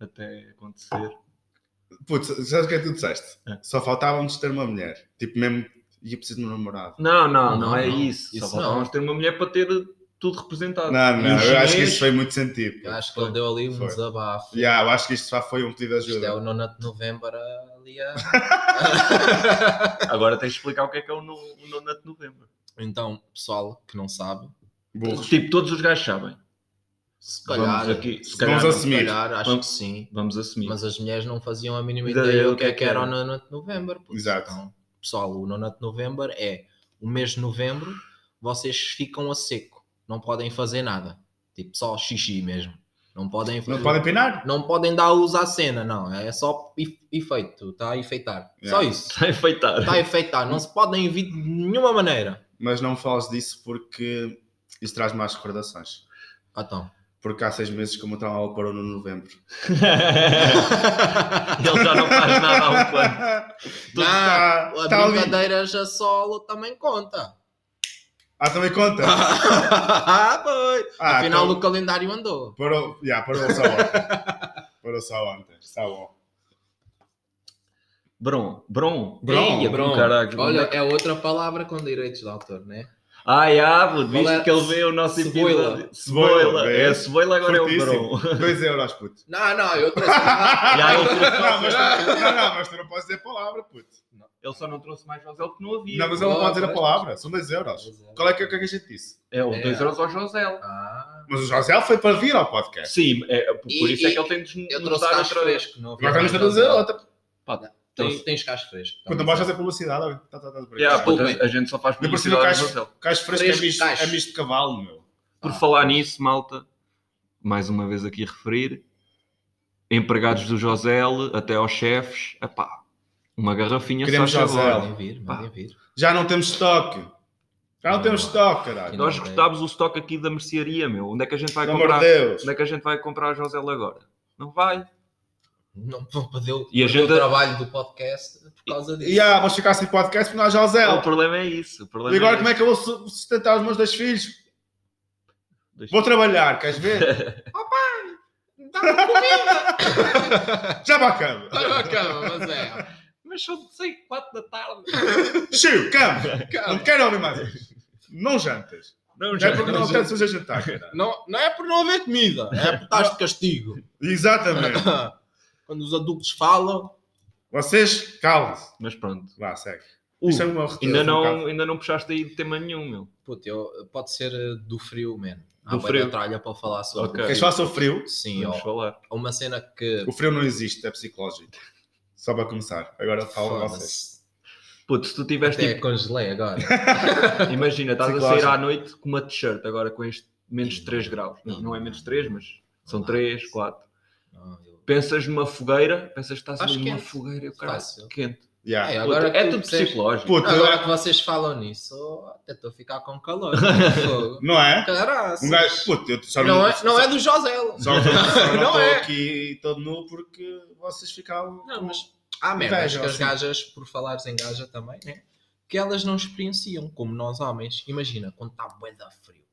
Speaker 1: até acontecer.
Speaker 2: Putz, sabes o que é que tu disseste?
Speaker 1: É.
Speaker 2: Só faltávamos ter uma mulher. Tipo mesmo, ia preciso de um namorado.
Speaker 1: Não, não, não,
Speaker 3: Não,
Speaker 1: é
Speaker 3: não.
Speaker 1: isso.
Speaker 3: Isso
Speaker 1: Só faltávamos
Speaker 3: não.
Speaker 1: ter uma mulher para ter tudo representado.
Speaker 2: Não,
Speaker 1: E
Speaker 2: não,
Speaker 1: o
Speaker 2: eu acho que
Speaker 1: chinês-
Speaker 2: isso fez muito sentido.
Speaker 3: Eu
Speaker 2: pô.
Speaker 3: acho que ele deu ali um
Speaker 2: Foi.
Speaker 3: desabafo.
Speaker 2: Yeah, eu acho que isto só foi um pedido de
Speaker 3: Isto é
Speaker 2: ajuda.
Speaker 3: o Nona de Novembro ali
Speaker 2: [LAUGHS]
Speaker 3: a...
Speaker 1: Agora tens de explicar o que é que é o no- o nonato de novembro.
Speaker 3: Então, pessoal que não sabe,
Speaker 2: Burros.
Speaker 1: Tipo, todos os gajos sabem.
Speaker 3: se calhar,
Speaker 1: vamos aqui, se
Speaker 2: Vamos
Speaker 1: calhar, não.
Speaker 2: assumir.
Speaker 3: se calhar acho
Speaker 1: Vamos-
Speaker 3: que sim,
Speaker 1: Vamos assumir. [LAUGHS]
Speaker 3: mas as mulheres não faziam a mínima
Speaker 1: Da-
Speaker 3: ideia
Speaker 1: o
Speaker 3: do que é que era o Nona de Novembro. putz.
Speaker 2: Exato.
Speaker 3: Então, pessoal, o Nona de Novembro é o mês de novembro, vocês ficam a seco, não podem fazer nada, tipo só xixi mesmo. Não podem,
Speaker 2: Não podem pinar?
Speaker 3: não podem dar uso à cena, não, é só e- efeito, está a efeitar,
Speaker 2: Yeah.
Speaker 3: só isso.
Speaker 1: Está a enfeitar. [LAUGHS]
Speaker 3: Está a efeitar, não se podem vir de nenhuma maneira.
Speaker 2: Mas não fales disso porque isso traz mais recordações.
Speaker 3: Ah, Então.
Speaker 2: Porque há seis meses que o meu trabalho parou no novembro.
Speaker 1: Ele já não faz
Speaker 3: Ah,
Speaker 1: nada há
Speaker 2: [LAUGHS]
Speaker 1: um ano.
Speaker 2: Tudo
Speaker 3: Não,
Speaker 2: está-
Speaker 3: A
Speaker 2: está Tá ali.
Speaker 3: brincadeira já solo também conta.
Speaker 2: Ah, também conta?
Speaker 3: Ah, foi.
Speaker 2: Ah,
Speaker 3: Afinal,
Speaker 2: então-
Speaker 3: o calendário andou.
Speaker 2: Parou, yeah, parou só ontem. parou só ontem. Está bom.
Speaker 1: Bron, Bron,
Speaker 2: Bron, um
Speaker 1: Eia,
Speaker 3: Bron.
Speaker 1: caralho.
Speaker 3: Olha, é outra palavra com direitos de autor, né?
Speaker 1: Ai, abo, viste
Speaker 3: Qual é?
Speaker 1: que ele veio o nosso
Speaker 3: Ceboila.
Speaker 1: episódio. Ceboila.
Speaker 2: Ceboila,
Speaker 1: É,
Speaker 2: vê?
Speaker 1: ceboila agora é o
Speaker 2: Fortíssimo.
Speaker 1: Bron.
Speaker 2: 2 euros, puto.
Speaker 3: Não, não, eu
Speaker 2: [LAUGHS]
Speaker 3: trouxe. Ah,
Speaker 1: E aí ele, trouxe,
Speaker 2: Não, mas, tu- não, não, mas tu não podes dizer palavra, puto.
Speaker 1: ele só não trouxe mais José porque não havia.
Speaker 2: Não, mas ele não
Speaker 3: Não,
Speaker 2: pode dizer a
Speaker 3: mas-
Speaker 2: palavra. São 2 euros. Qual é que, o que é que a gente disse?
Speaker 1: É o
Speaker 3: É.
Speaker 1: 2 euros ao José.
Speaker 3: Ah,
Speaker 2: Mas o José foi para vir ao podcast.
Speaker 1: Sim, é, por
Speaker 3: E-
Speaker 1: isso é
Speaker 3: e-
Speaker 1: que ele tem de nos
Speaker 2: tá
Speaker 3: eu trouxe
Speaker 1: dar
Speaker 3: cais
Speaker 1: outra
Speaker 3: fresco. Não
Speaker 2: Agora vamos trazer outra.
Speaker 3: Tens, tens cais fresco. Tá
Speaker 2: Quando não vais fazer publicidade, olha, tá, tá, tá, por
Speaker 1: Yeah,
Speaker 2: acaso.
Speaker 1: puto,
Speaker 3: Desculpem.
Speaker 1: a gente só faz
Speaker 2: Ainda por
Speaker 1: publicidade
Speaker 2: cima,
Speaker 1: ao
Speaker 2: cais-
Speaker 1: José.
Speaker 2: Cais fresco é
Speaker 3: Fresco,
Speaker 2: misto,
Speaker 3: cais.
Speaker 2: é misto de cavalo, meu.
Speaker 1: Por
Speaker 3: Ah.
Speaker 1: falar nisso, malta, mais uma vez aqui referir, empregados do José até aos chefes, epá, uma garrafinha
Speaker 2: Queremos
Speaker 1: só
Speaker 2: José.
Speaker 1: agora.
Speaker 3: Podem vir, podem vir.
Speaker 2: Já não temos estoque. Já não
Speaker 3: Não,
Speaker 2: temos
Speaker 3: não.
Speaker 2: estoque,
Speaker 3: Que
Speaker 2: caralho.
Speaker 1: Nós
Speaker 3: Não, bem.
Speaker 1: gostávamos o estoque aqui da mercearia, meu. Onde é que a gente vai
Speaker 2: Pelo amor
Speaker 1: comprar?
Speaker 2: de Deus.
Speaker 1: Onde é que a gente vai comprar a José agora? Não vai.
Speaker 3: Não vou perder o
Speaker 1: E a
Speaker 3: perder o
Speaker 1: gente-
Speaker 3: trabalho do podcast por causa disso.
Speaker 2: E
Speaker 3: [LAUGHS]
Speaker 2: ah, vamos ficar sem podcast porque nós já José.
Speaker 1: o problema é isso. O problema
Speaker 2: E agora
Speaker 1: é
Speaker 2: como é que eu vou su- sustentar os meus dois filhos?
Speaker 1: isso.
Speaker 2: Vou trabalhar, queres ver?
Speaker 1: [LAUGHS]
Speaker 3: Dá-me comida!
Speaker 2: [LAUGHS] Já para a cama.
Speaker 3: Vai pra cama, Ah, mas é.
Speaker 1: Mas são sei, 4 da tarde.
Speaker 2: Chiu, cama. Não quero ouvir mais. isto. Não jantas.
Speaker 1: Não,
Speaker 2: Não é porque não
Speaker 1: não,
Speaker 2: quero suja jantar. caralho.
Speaker 3: Não, não é por não haver comida, é por estás
Speaker 2: [LAUGHS]
Speaker 3: de castigo.
Speaker 2: Exatamente.
Speaker 3: Quando os adultos falam,
Speaker 2: Vocês, calem-se.
Speaker 1: Mas pronto.
Speaker 2: Vá, segue.
Speaker 1: Uh,
Speaker 2: Isto é uma retenção
Speaker 1: ainda,
Speaker 2: um bocado.
Speaker 1: não, ainda não puxaste aí de tema nenhum, meu.
Speaker 3: puta, eu- pode ser eh, do frio, man. Há
Speaker 1: Do
Speaker 3: uma
Speaker 1: frio.
Speaker 3: tralha para falar sobre
Speaker 1: Ok.
Speaker 3: o
Speaker 2: Queres
Speaker 3: frio.
Speaker 2: falar sobre o frio?
Speaker 3: Sim,
Speaker 1: Vamos
Speaker 3: ó,
Speaker 1: falar.
Speaker 3: há uma cena que.
Speaker 2: O frio não existe, é psicológico. Só para começar. Agora falam
Speaker 3: Foda-se.
Speaker 2: vocês. Tipo-
Speaker 1: Puto, se tu tiveste tipo,
Speaker 3: Até congelei
Speaker 2: [LAUGHS]
Speaker 3: agora.
Speaker 1: Imagina, estás a
Speaker 2: Psicológico.
Speaker 1: sair à noite com uma t-shirt agora com este menos 3 graus. Não, não é menos 3, mas são 3, 4.
Speaker 3: Não, eu-
Speaker 1: Pensas numa fogueira, pensas que estás
Speaker 3: Acho
Speaker 1: ali numa
Speaker 3: quente.
Speaker 1: fogueira, o cara
Speaker 3: Fácil.
Speaker 1: quente.
Speaker 2: Yeah.
Speaker 3: É,
Speaker 1: Agora
Speaker 3: agora
Speaker 1: é
Speaker 3: que
Speaker 1: tudo
Speaker 3: tu disseste-
Speaker 1: psicológico.
Speaker 2: Puto,
Speaker 3: Agora que vocês falam nisso, até estou a ficar com calor. né?
Speaker 2: [LAUGHS]
Speaker 3: Fogo.
Speaker 2: não é?
Speaker 3: Caralho.
Speaker 2: Um gajo, puto, eu só
Speaker 3: Não é, não é do José.
Speaker 2: Só que eu só não
Speaker 3: Não
Speaker 2: estou
Speaker 3: é.
Speaker 2: aqui todo nu porque vocês ficaram.
Speaker 3: Não,
Speaker 2: com-
Speaker 3: mas há merdas
Speaker 2: Inveja,
Speaker 3: que as
Speaker 2: Um assim.
Speaker 3: gajas, por falares em gaja também, né? que elas não experienciam, como nós homens. Imagina, quando está bué da frio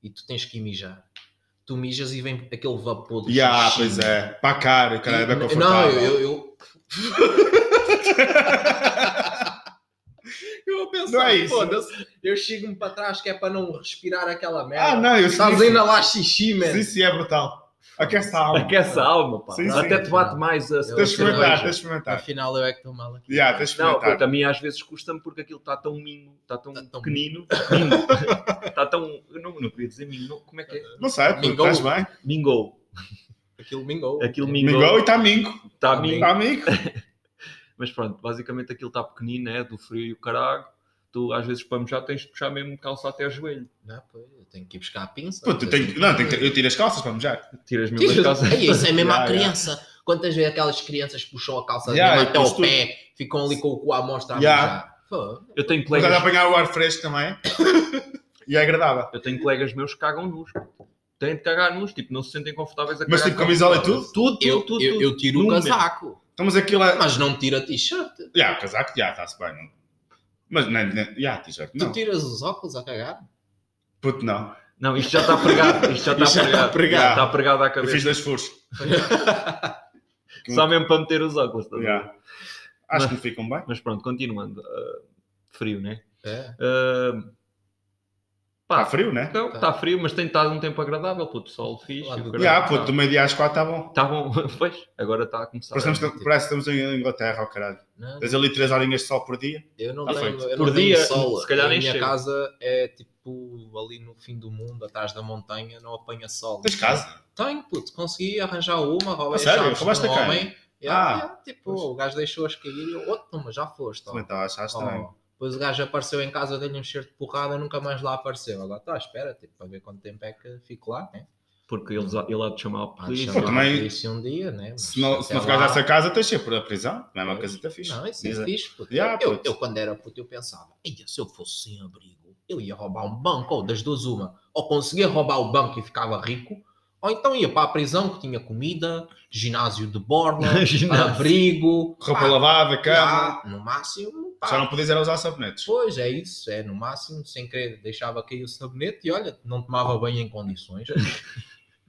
Speaker 3: e tu tens que ir mijar, tu mijas e vem aquele vapor do
Speaker 2: Yeah,
Speaker 3: xixi.
Speaker 2: pois é. Para a cara, cara, é bem
Speaker 3: E-
Speaker 2: confortável.
Speaker 3: Não, eu... eu, [LAUGHS] eu... Eu a pensar,
Speaker 2: Não é isso.
Speaker 3: foda-se, eu chego-me para trás que é para não respirar aquela merda.
Speaker 2: Ah, não, eu
Speaker 3: Estás
Speaker 2: sim,
Speaker 3: ainda lá xixi, man.
Speaker 2: Sim, sim, é brutal. Aquece a alma.
Speaker 1: Aquece a alma, pá.
Speaker 2: Sim, sim.
Speaker 1: Até te bate mais a.
Speaker 2: Tens de experimentar,
Speaker 3: nojo.
Speaker 2: tens de experimentar.
Speaker 3: Afinal, eu é que estou mal aqui.
Speaker 2: Yeah, tens de
Speaker 1: Não,
Speaker 2: experimentar.
Speaker 1: pô, a mim às vezes custa-me porque aquilo está tão mimo, está tão
Speaker 3: Tá tão
Speaker 1: pequenino. Mimo. Está tão. eu Não, não queria dizer mimo, não- como é que é?
Speaker 2: Não sei, pô,
Speaker 3: Mingou.
Speaker 2: estás bem.
Speaker 1: Mingou.
Speaker 3: Aquilo mingou.
Speaker 1: Aquilo
Speaker 2: Mingou e
Speaker 1: mingou.
Speaker 2: está mingo.
Speaker 1: Está mingou.
Speaker 2: Está mingo.
Speaker 1: Mas pronto, basicamente aquilo está pequenino, é do frio e o caralho. Tu às vezes para mojar tens de puxar mesmo calça até ao joelho.
Speaker 3: Não, Né, pô, eu tenho que ir buscar a pinça.
Speaker 2: Pô, tu tens- Não, tem que- eu tiro as calças para mejar.
Speaker 1: Tiras mesmo as
Speaker 3: Tira-
Speaker 1: calças.
Speaker 3: Ei, Isso é
Speaker 2: [LAUGHS]
Speaker 3: mesmo
Speaker 2: Yeah,
Speaker 3: a criança. Quantas vezes aquelas crianças puxam a calça
Speaker 2: Yeah,
Speaker 3: mesmo até
Speaker 2: eu
Speaker 3: ao
Speaker 2: costumo-
Speaker 3: pé, ficam ali com o cu à mostra a
Speaker 2: Yeah.
Speaker 3: mijar. Pô,
Speaker 1: Eu tenho
Speaker 2: Estás a
Speaker 1: colegas,
Speaker 2: apanhar o ar fresco também. E é agradável.
Speaker 1: eu tenho colegas meus que cagam nus. Têm de cagar nus, tipo, não se sentem confortáveis a
Speaker 2: Mas
Speaker 1: cagar
Speaker 2: tipo,
Speaker 1: com-
Speaker 2: camisola e tudo?
Speaker 1: Tudo, tudo,
Speaker 3: eu,
Speaker 1: tudo,
Speaker 3: eu,
Speaker 1: tudo.
Speaker 3: eu tiro o
Speaker 1: Num
Speaker 3: casaco,
Speaker 2: Então, mas aquilo é.
Speaker 3: mas não tiro a t-shirt.
Speaker 2: Já, o casaco, já, está-se bem. Não. Mas, não, não, já, t-shirt,
Speaker 3: Tu
Speaker 2: não.
Speaker 3: tiras os óculos
Speaker 2: [LAUGHS]
Speaker 3: a cagar?
Speaker 2: Puto, não.
Speaker 1: Não, isto já está pregado. Isto já
Speaker 3: Isto
Speaker 1: está
Speaker 3: já está
Speaker 1: pregado.
Speaker 3: pregado.
Speaker 1: Está pregado à
Speaker 2: Eu
Speaker 1: cabeça.
Speaker 2: fiz dois furos.
Speaker 1: Só mesmo para meter os óculos. tá estás a ver?
Speaker 2: Já. Acho que me ficam bem.
Speaker 1: Mas pronto, continuando. ah, frio, né?
Speaker 3: É.
Speaker 1: Ah, pá,
Speaker 2: Está frio, né?
Speaker 1: Então, está frio, mas tem estado um tempo agradável, puto, sol fixe.
Speaker 3: Lá
Speaker 1: e o
Speaker 3: do-
Speaker 1: caralho.
Speaker 2: Já, puto, do meio-dia às quatro está bom.
Speaker 1: Tá bom, [LAUGHS] pois, agora está a começar.
Speaker 2: Parece que estamos- parece que estamos em Inglaterra, ó caralho.
Speaker 3: Não,
Speaker 2: Tens ali três horinhas de sol por dia.
Speaker 3: eu não
Speaker 2: Tá
Speaker 3: tenho,
Speaker 2: feito.
Speaker 3: eu
Speaker 1: Por
Speaker 3: não tenho
Speaker 1: dia,
Speaker 3: sol.
Speaker 1: se calhar
Speaker 3: a
Speaker 1: nem
Speaker 3: minha
Speaker 1: chega.
Speaker 3: casa é tipo ali no fim do mundo, atrás da montanha, não apanha sol.
Speaker 2: Tens casa?
Speaker 3: Tenho, puto, consegui arranjar uma, roubei
Speaker 2: A sério?
Speaker 3: as chaves
Speaker 2: Roubaste
Speaker 3: de um
Speaker 2: a quem?
Speaker 3: homem. Yeah,
Speaker 2: Ah.
Speaker 3: yeah, tipo,
Speaker 2: Pois.
Speaker 3: o gajo deixou-as cair e eu, outro, mas já foste. ó.
Speaker 2: Então, achaste
Speaker 3: Oh,
Speaker 2: também.
Speaker 3: Depois o gajo apareceu em casa, dei-lhe um cheiro de porrada, nunca mais lá apareceu. Agora está à espera, tipo, para ver quanto tempo é que fico lá, né?
Speaker 1: Porque eles, ele há de chamar Ah, a
Speaker 3: Há de
Speaker 1: polícia.
Speaker 3: chamar
Speaker 2: também-
Speaker 3: a polícia um dia, né? Mas
Speaker 2: Se não, se
Speaker 3: até
Speaker 2: não
Speaker 3: lá-
Speaker 2: ficares nessa casa, tens sempre a prisão. Não é uma
Speaker 3: Pois.
Speaker 2: casita fixe.
Speaker 3: Não, isso é
Speaker 2: Dizem.
Speaker 3: fixe, puto.
Speaker 2: Yeah,
Speaker 3: eu,
Speaker 2: puto.
Speaker 3: eu, quando era puto, eu pensava, "Ei, se eu fosse sem abrigo, eu ia roubar um banco, ou das duas uma. Ou conseguia roubar o banco e ficava rico, ou então ia para a prisão que tinha comida, ginásio
Speaker 2: [LAUGHS]
Speaker 3: de borla,
Speaker 1: Ginásio.
Speaker 3: abrigo,
Speaker 2: Roupa
Speaker 3: pá,
Speaker 2: lavada, cama.
Speaker 3: já, no máximo, pá,
Speaker 2: Já não podias era usar sabonetes.
Speaker 3: Pois é isso, é no máximo, sem querer, deixava cair o sabonete e olha, não tomava banho
Speaker 2: [LAUGHS]
Speaker 3: em condições.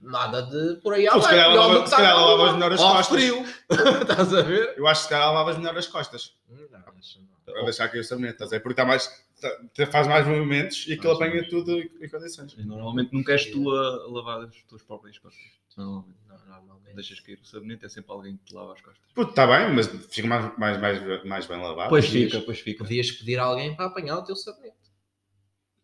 Speaker 3: Nada de por aí
Speaker 2: Pô, se
Speaker 3: além,
Speaker 2: calhar
Speaker 3: pior
Speaker 2: lava-
Speaker 3: do que
Speaker 2: se calhar
Speaker 3: estar
Speaker 2: lavas
Speaker 3: no
Speaker 2: melhor as
Speaker 3: ao
Speaker 2: costas.
Speaker 3: frio, [LAUGHS] estás a ver? Hum,
Speaker 2: Eu acho que se calhar lavas melhor as costas.
Speaker 3: Não, isso não.
Speaker 2: Para deixar cair o sabonete, estás a ver? Porque está mais, tá- faz mais movimentos e aquilo
Speaker 3: Faz
Speaker 2: apanha
Speaker 3: mais.
Speaker 2: tudo em condições.
Speaker 1: Normalmente nunca és tu a lavar as tuas próprias costas. Normalmente.
Speaker 3: Não,
Speaker 1: Quando
Speaker 3: Então, normalmente.
Speaker 1: Deixas cair o sabonete, é sempre alguém que te lava as costas.
Speaker 2: Puto, está bem, mas fica mais, mais, mais, mais bem lavado.
Speaker 1: Pois
Speaker 3: dias.
Speaker 1: fica, pois fica.
Speaker 3: Podias pedir a alguém para apanhar o teu sabonete.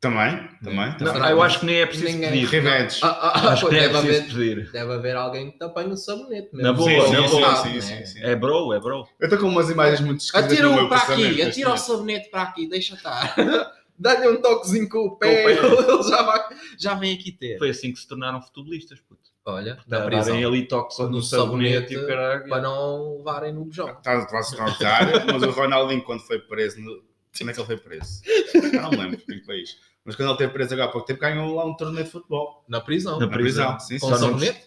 Speaker 2: Também, também.
Speaker 3: É. Não,
Speaker 2: também.
Speaker 1: Ah, eu acho que nem é preciso [LAUGHS]
Speaker 3: Ninguém-
Speaker 1: pedir.
Speaker 2: Rivetes.
Speaker 3: Ah, ah, ah,
Speaker 1: Acho que
Speaker 3: pois,
Speaker 1: nem é
Speaker 3: deve,
Speaker 1: preciso
Speaker 3: haver,
Speaker 1: pedir.
Speaker 3: deve haver alguém que te apanhe o sabonete
Speaker 1: Na
Speaker 3: mesmo.
Speaker 1: boa,
Speaker 2: sim,
Speaker 1: na
Speaker 2: sim,
Speaker 1: boa.
Speaker 2: sim, sim, sim,
Speaker 3: né?
Speaker 2: sim.
Speaker 1: É bro, é bro.
Speaker 2: Eu estou com umas imagens muito esquisitas. no
Speaker 3: Atira-o
Speaker 2: meu
Speaker 3: um para
Speaker 2: pensamento assim,
Speaker 3: aqui,
Speaker 2: neste
Speaker 3: atira o
Speaker 2: momento.
Speaker 3: sabonete para aqui, deixa [LAUGHS] estar. Dá-lhe um toquezinho com o pé,
Speaker 1: Com
Speaker 3: [LAUGHS] ele já, vai, já vem aqui ter.
Speaker 1: Foi assim que se tornaram futebolistas, puto.
Speaker 3: Olha, na prisão.
Speaker 1: Darem ali toques só
Speaker 3: No
Speaker 1: no sabonete
Speaker 3: sabonete,
Speaker 1: e o caralho.
Speaker 3: para não levarem no bujão.
Speaker 2: Estás estás- estás Tá, a
Speaker 3: [LAUGHS]
Speaker 2: usar, mas o Ronaldinho, quando foi preso, no... onde é que ele foi preso? Eu não me lembro em que país. Mas quando ele teve preso agora há pouco tempo, ganhou lá um torneio de futebol.
Speaker 3: Na prisão.
Speaker 1: Na
Speaker 2: Na prisão, sim,
Speaker 3: Com
Speaker 1: Só
Speaker 2: sim.
Speaker 1: não-
Speaker 3: sabonete?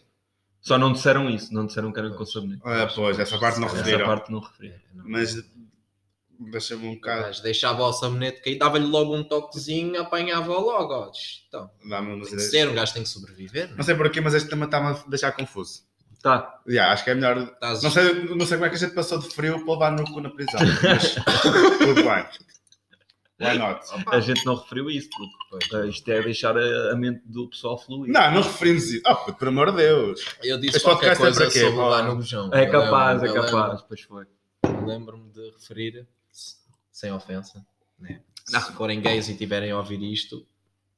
Speaker 1: Só não disseram isso, não disseram que era com sabonete.
Speaker 2: Ah, pois, essa parte não
Speaker 3: Essa
Speaker 1: Essa
Speaker 2: referiram.
Speaker 1: parte não referiram.
Speaker 3: É, Não.
Speaker 2: Mas deixa-me um bocado.
Speaker 3: Mas deixava o sabonete cair, dava-lhe logo um toquezinho, apanhava logo. ó. Então,
Speaker 2: Dá-me umas
Speaker 1: é.
Speaker 3: tem que
Speaker 2: ideias.
Speaker 3: ser, um gajo tem que sobreviver. não é?
Speaker 2: Não sei porquê, mas este tema está-me a deixar confuso.
Speaker 1: Tá,
Speaker 2: Já, acho que é melhor.
Speaker 3: Estás-
Speaker 2: Não sei, não sei como é que a gente passou de frio para levar no cu na prisão. Mas tudo bem. Why not?
Speaker 1: a gente não referiu isso, puto.
Speaker 3: Pois.
Speaker 1: Ah, Isto é deixar a, a mente do pessoal fluir.
Speaker 2: Não, não referimos isso. Oh, puto, pelo amor de Deus.
Speaker 3: Eu disse
Speaker 2: Este podcast
Speaker 3: qualquer
Speaker 2: é
Speaker 3: coisa
Speaker 2: para quê?
Speaker 3: sobre
Speaker 2: Para-
Speaker 3: lá no bujão.
Speaker 1: É
Speaker 3: Eu
Speaker 1: capaz, é
Speaker 3: lembro- eu
Speaker 1: capaz. Pois foi.
Speaker 3: lembro- eu Lembro-me de referir, s- sem ofensa, né? se forem gays e tiverem a ouvir isto,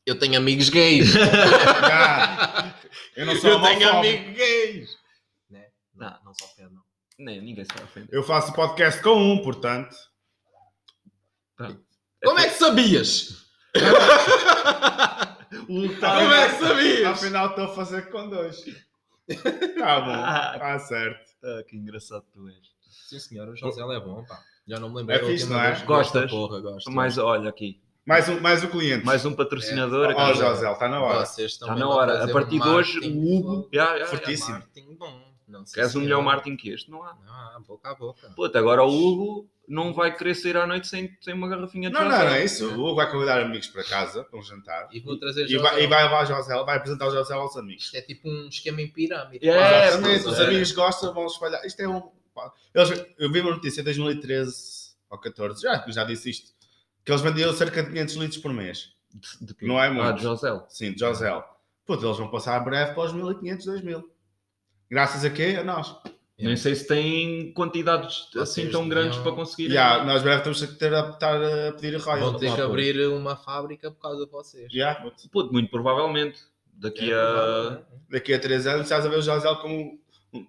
Speaker 3: eu tenho amigos gays.
Speaker 2: Já. Eu
Speaker 3: [LAUGHS]
Speaker 2: não sou
Speaker 3: eu tenho
Speaker 2: homofóbico.
Speaker 3: amigos gays. Né? Não,
Speaker 1: Não.
Speaker 3: não se ofendam.
Speaker 1: Nem, ninguém se vai ofender.
Speaker 2: Eu faço podcast com um, portanto.
Speaker 3: Como é que sabias? Como é que sabias?
Speaker 2: Afinal, estou a fazer com dois. Tá bom. Tá certo.
Speaker 1: Ah, que engraçado tu és.
Speaker 3: Sim, senhor, o José é bom, pá. Já não me lembro.
Speaker 2: É fixe, não é? Tá
Speaker 1: Gostas?
Speaker 3: Porra, gosto.
Speaker 1: Mas olha aqui,
Speaker 2: Mais um, mais um cliente.
Speaker 1: mais um patrocinador.
Speaker 2: É. Ó,
Speaker 1: aqui.
Speaker 3: já-
Speaker 2: José, está na hora.
Speaker 3: Vocês
Speaker 1: Está
Speaker 3: também
Speaker 1: Tá na
Speaker 3: vão
Speaker 1: hora.
Speaker 3: fazer
Speaker 1: A partir de hoje,
Speaker 3: marketing
Speaker 1: o Hugo.
Speaker 3: fogo.
Speaker 1: Já, já, já.
Speaker 2: Fortíssimo.
Speaker 3: Marketing bom. Não sei
Speaker 1: Queres
Speaker 3: se
Speaker 1: um
Speaker 3: é
Speaker 1: melhor
Speaker 3: bom.
Speaker 1: marketing que este? Não há.
Speaker 3: Não, boca a boca.
Speaker 1: Puta, agora o Hugo não vai querer sair à noite sem, sem uma garrafinha de
Speaker 2: Não, não,
Speaker 1: José.
Speaker 2: não é isso. O Hugo vai convidar amigos para casa para um jantar.
Speaker 3: E vou trazer
Speaker 2: E vai, e vai levar a José, vai apresentar o José aos amigos.
Speaker 3: Isto é tipo um esquema em pirâmide.
Speaker 1: É,
Speaker 2: Exatamente,
Speaker 1: pois
Speaker 2: os
Speaker 1: é.
Speaker 2: amigos gostam, vão espalhar. Isto é um. pá, Eles, eu vi uma notícia em 2013 ou 14, já, já disse isto, que eles vendiam cerca de 500 litros por mês.
Speaker 1: De, de quê?
Speaker 2: Não é muito.
Speaker 1: Ah, de José.
Speaker 2: Sim, de José. Puto, eles vão passar breve para os 1500, 2000. Graças a quê? A nós.
Speaker 1: Nem sei se tem quantidades assim
Speaker 3: Vocês
Speaker 1: tão grandes
Speaker 3: deviam-
Speaker 1: para conseguir.
Speaker 2: Yeah, nós breve temos que ter a, estar a pedir
Speaker 3: Vão
Speaker 2: royalties.
Speaker 3: ter que
Speaker 1: Ah, pois.
Speaker 3: abrir uma fábrica por causa de vocês.
Speaker 2: Yeah, puto.
Speaker 1: Puto, muito provavelmente. Daqui
Speaker 2: eh,
Speaker 3: É
Speaker 1: a.
Speaker 3: provável, né?
Speaker 2: Daqui a 3 anos estás a ver o José como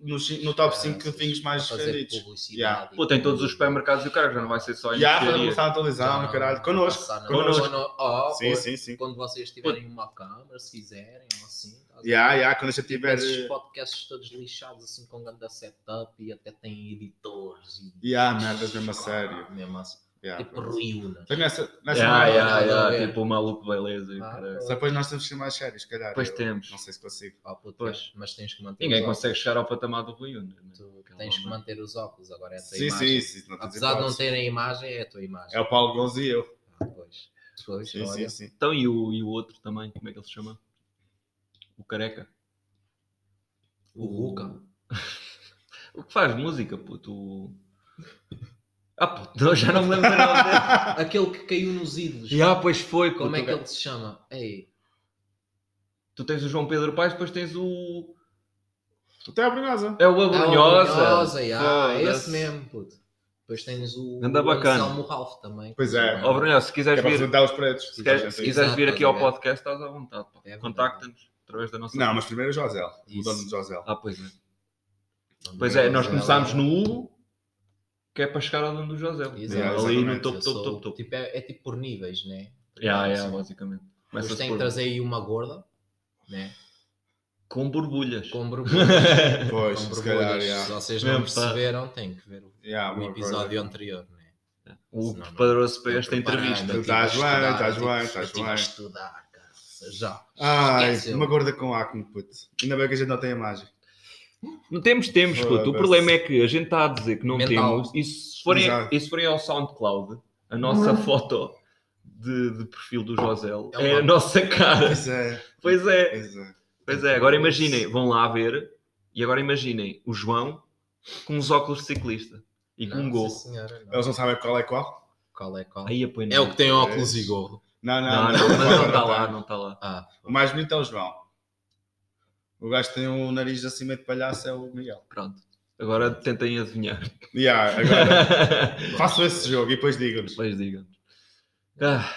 Speaker 2: no, chi- no top 5
Speaker 3: Vocês
Speaker 2: vinhos mais
Speaker 3: a fazer
Speaker 2: vendidos.
Speaker 3: publicidade
Speaker 2: Yeah.
Speaker 3: e
Speaker 1: Pô, tem todos
Speaker 3: tudo.
Speaker 1: os supermercados e o cara já não vai ser só em
Speaker 2: Já, fazemos
Speaker 1: mercearia.
Speaker 2: passar na televisão, no caralho. Connosco.
Speaker 3: Passar né? na-
Speaker 1: connosco.
Speaker 3: Quando- ó,
Speaker 2: Sim,
Speaker 3: pô,
Speaker 2: sim, sim.
Speaker 3: Quando vocês tiverem uma câmara, se quiserem, ou assim. estás a ver?
Speaker 2: Já, já, quando a gente tiver. eh,
Speaker 3: Esses podcasts todos lixados, assim, com grande setup e até têm editores. E...
Speaker 2: Já, merdas mesmo a sério.
Speaker 3: Mesmo assim.
Speaker 2: Já.
Speaker 3: Tipo reúna.
Speaker 2: Então, nessa, nessa
Speaker 1: Yeah,
Speaker 2: merda,
Speaker 1: yeah,
Speaker 3: Nada a
Speaker 1: yeah,
Speaker 3: ver.
Speaker 1: Tipo o maluco beleza. e o
Speaker 3: Ah,
Speaker 1: caralho.
Speaker 2: Só depois nós temos que ser mais sérios, se calhar.
Speaker 1: Pois
Speaker 2: Eu
Speaker 1: temos.
Speaker 2: Não sei se consigo.
Speaker 3: Ó, puto,
Speaker 1: Pois.
Speaker 3: Mas tens que manter
Speaker 1: Ninguém
Speaker 3: os óculos.
Speaker 1: consegue chegar ao patamar do Rui Unas, né?
Speaker 3: Tu tens que manter os óculos agora. Essa
Speaker 2: Sim, sim,
Speaker 3: imagem.
Speaker 2: sim. Não tens
Speaker 3: Apesar de não
Speaker 2: hipótese.
Speaker 3: terem imagem, é a tua imagem.
Speaker 2: É o Paulo Gonzo e eu.
Speaker 3: Ah, pois. Pois,
Speaker 2: Sim,
Speaker 3: olha.
Speaker 2: sim, sim.
Speaker 1: Então, e o, e o outro também, como é que ele se chama? O careca.
Speaker 3: O Ruca.
Speaker 1: [LAUGHS] O que faz música, puto? O- Ah, puto, [LAUGHS] eu já não me lembro do nome
Speaker 3: [LAUGHS]
Speaker 1: dele.
Speaker 3: Aquele que caiu nos ídolos.
Speaker 1: Já, pois foi, puto.
Speaker 3: Como é que ele se chama? Ei,
Speaker 1: Tu tens o João Pedro Paes, depois tens o...
Speaker 2: Tu é a brigada.
Speaker 1: É o
Speaker 3: Ah, o
Speaker 1: Abrunhosa.
Speaker 3: Brunhosa, já, é
Speaker 1: Foda-se.
Speaker 3: esse mesmo, puto. Depois tens o
Speaker 1: Anda bacana.
Speaker 3: Anselmo Ralph também.
Speaker 2: Pois é.
Speaker 1: Ó, Brunhosa, se
Speaker 2: É para
Speaker 1: quiseres vir,
Speaker 2: apresentar os pretos.
Speaker 1: se queres- se quiseres vir
Speaker 3: Exato,
Speaker 1: aqui ao
Speaker 3: obrigado.
Speaker 1: podcast, estás à vontade. pá.
Speaker 3: verdade.
Speaker 1: Contacta-nos através da nossa...
Speaker 2: Não, mas primeiro o José. O
Speaker 3: Isso.
Speaker 2: dono do José.
Speaker 1: Ah, pois é. Pois é, nós começámos no Hugo, que é para chegar ao dono do José.
Speaker 2: Exato,
Speaker 1: ali no
Speaker 2: exatamente.
Speaker 1: topo,
Speaker 3: Eu sou-
Speaker 1: topo, topo, topo.
Speaker 3: Tipo, é, é tipo por níveis, né?
Speaker 1: Yeah,
Speaker 3: Sim.
Speaker 1: yeah, basicamente.
Speaker 3: Mas
Speaker 1: Começa-se
Speaker 3: tem
Speaker 1: por-
Speaker 3: que trazer aí uma gorda, né?
Speaker 1: Com borbulhas. [LAUGHS]
Speaker 3: Com um borbulhas.
Speaker 2: Pois,
Speaker 3: com
Speaker 2: se calhar,
Speaker 3: borbulhas. Se
Speaker 2: já.
Speaker 3: vocês não
Speaker 1: Mesmo, pá.
Speaker 3: perceberam, tem que ver o
Speaker 2: Já,
Speaker 3: o
Speaker 2: uma
Speaker 3: episódio anterior, né?
Speaker 1: O
Speaker 3: Senão não-
Speaker 1: preparou-se para esta
Speaker 3: Preparado,
Speaker 1: entrevista.
Speaker 3: eu tive
Speaker 2: Estás
Speaker 3: a
Speaker 2: bem,
Speaker 3: estudar,
Speaker 2: estás
Speaker 3: eu tive-
Speaker 2: bem, estás
Speaker 3: eu tive a
Speaker 2: bem.
Speaker 3: estudar, cara. Já.
Speaker 2: coisa. Ai,
Speaker 3: Esquece,
Speaker 2: uma
Speaker 3: eu.
Speaker 2: gorda com acne, puto. Ainda bem que a gente não tem a imagem.
Speaker 1: Não temos, temos, puto. O
Speaker 2: Foda-se.
Speaker 1: problema é que a gente está a dizer que não
Speaker 3: Mental.
Speaker 1: temos. E se forem,
Speaker 2: Exato.
Speaker 1: e se forem ao SoundCloud, a nossa foto de, de perfil do Josel
Speaker 3: É
Speaker 1: é,
Speaker 3: uma-
Speaker 1: a nossa cara.
Speaker 2: Pois é,
Speaker 1: Pois é,
Speaker 2: pois é.
Speaker 1: pois é. Agora imaginem, vão lá ver. E agora imaginem o João com uns óculos de ciclista e com
Speaker 3: Não,
Speaker 1: um
Speaker 3: sim,
Speaker 1: gorro.
Speaker 3: senhora, não.
Speaker 2: Eles não sabem qual é qual?
Speaker 3: Qual é qual?
Speaker 1: Aí apoio.
Speaker 3: É o que tem óculos e gorro.
Speaker 2: Não, não,
Speaker 1: Não, não, mas não está
Speaker 2: tem.
Speaker 1: lá, não está lá.
Speaker 3: Ah,
Speaker 2: O mais bonito é o João. O gajo que tem um nariz de acima de palhaço é o Miguel.
Speaker 1: Pronto. Agora tentem adivinhar.
Speaker 2: Yeah,
Speaker 3: [LAUGHS]
Speaker 2: agora façam esse jogo e depois digam-nos.
Speaker 1: Depois digam Ah,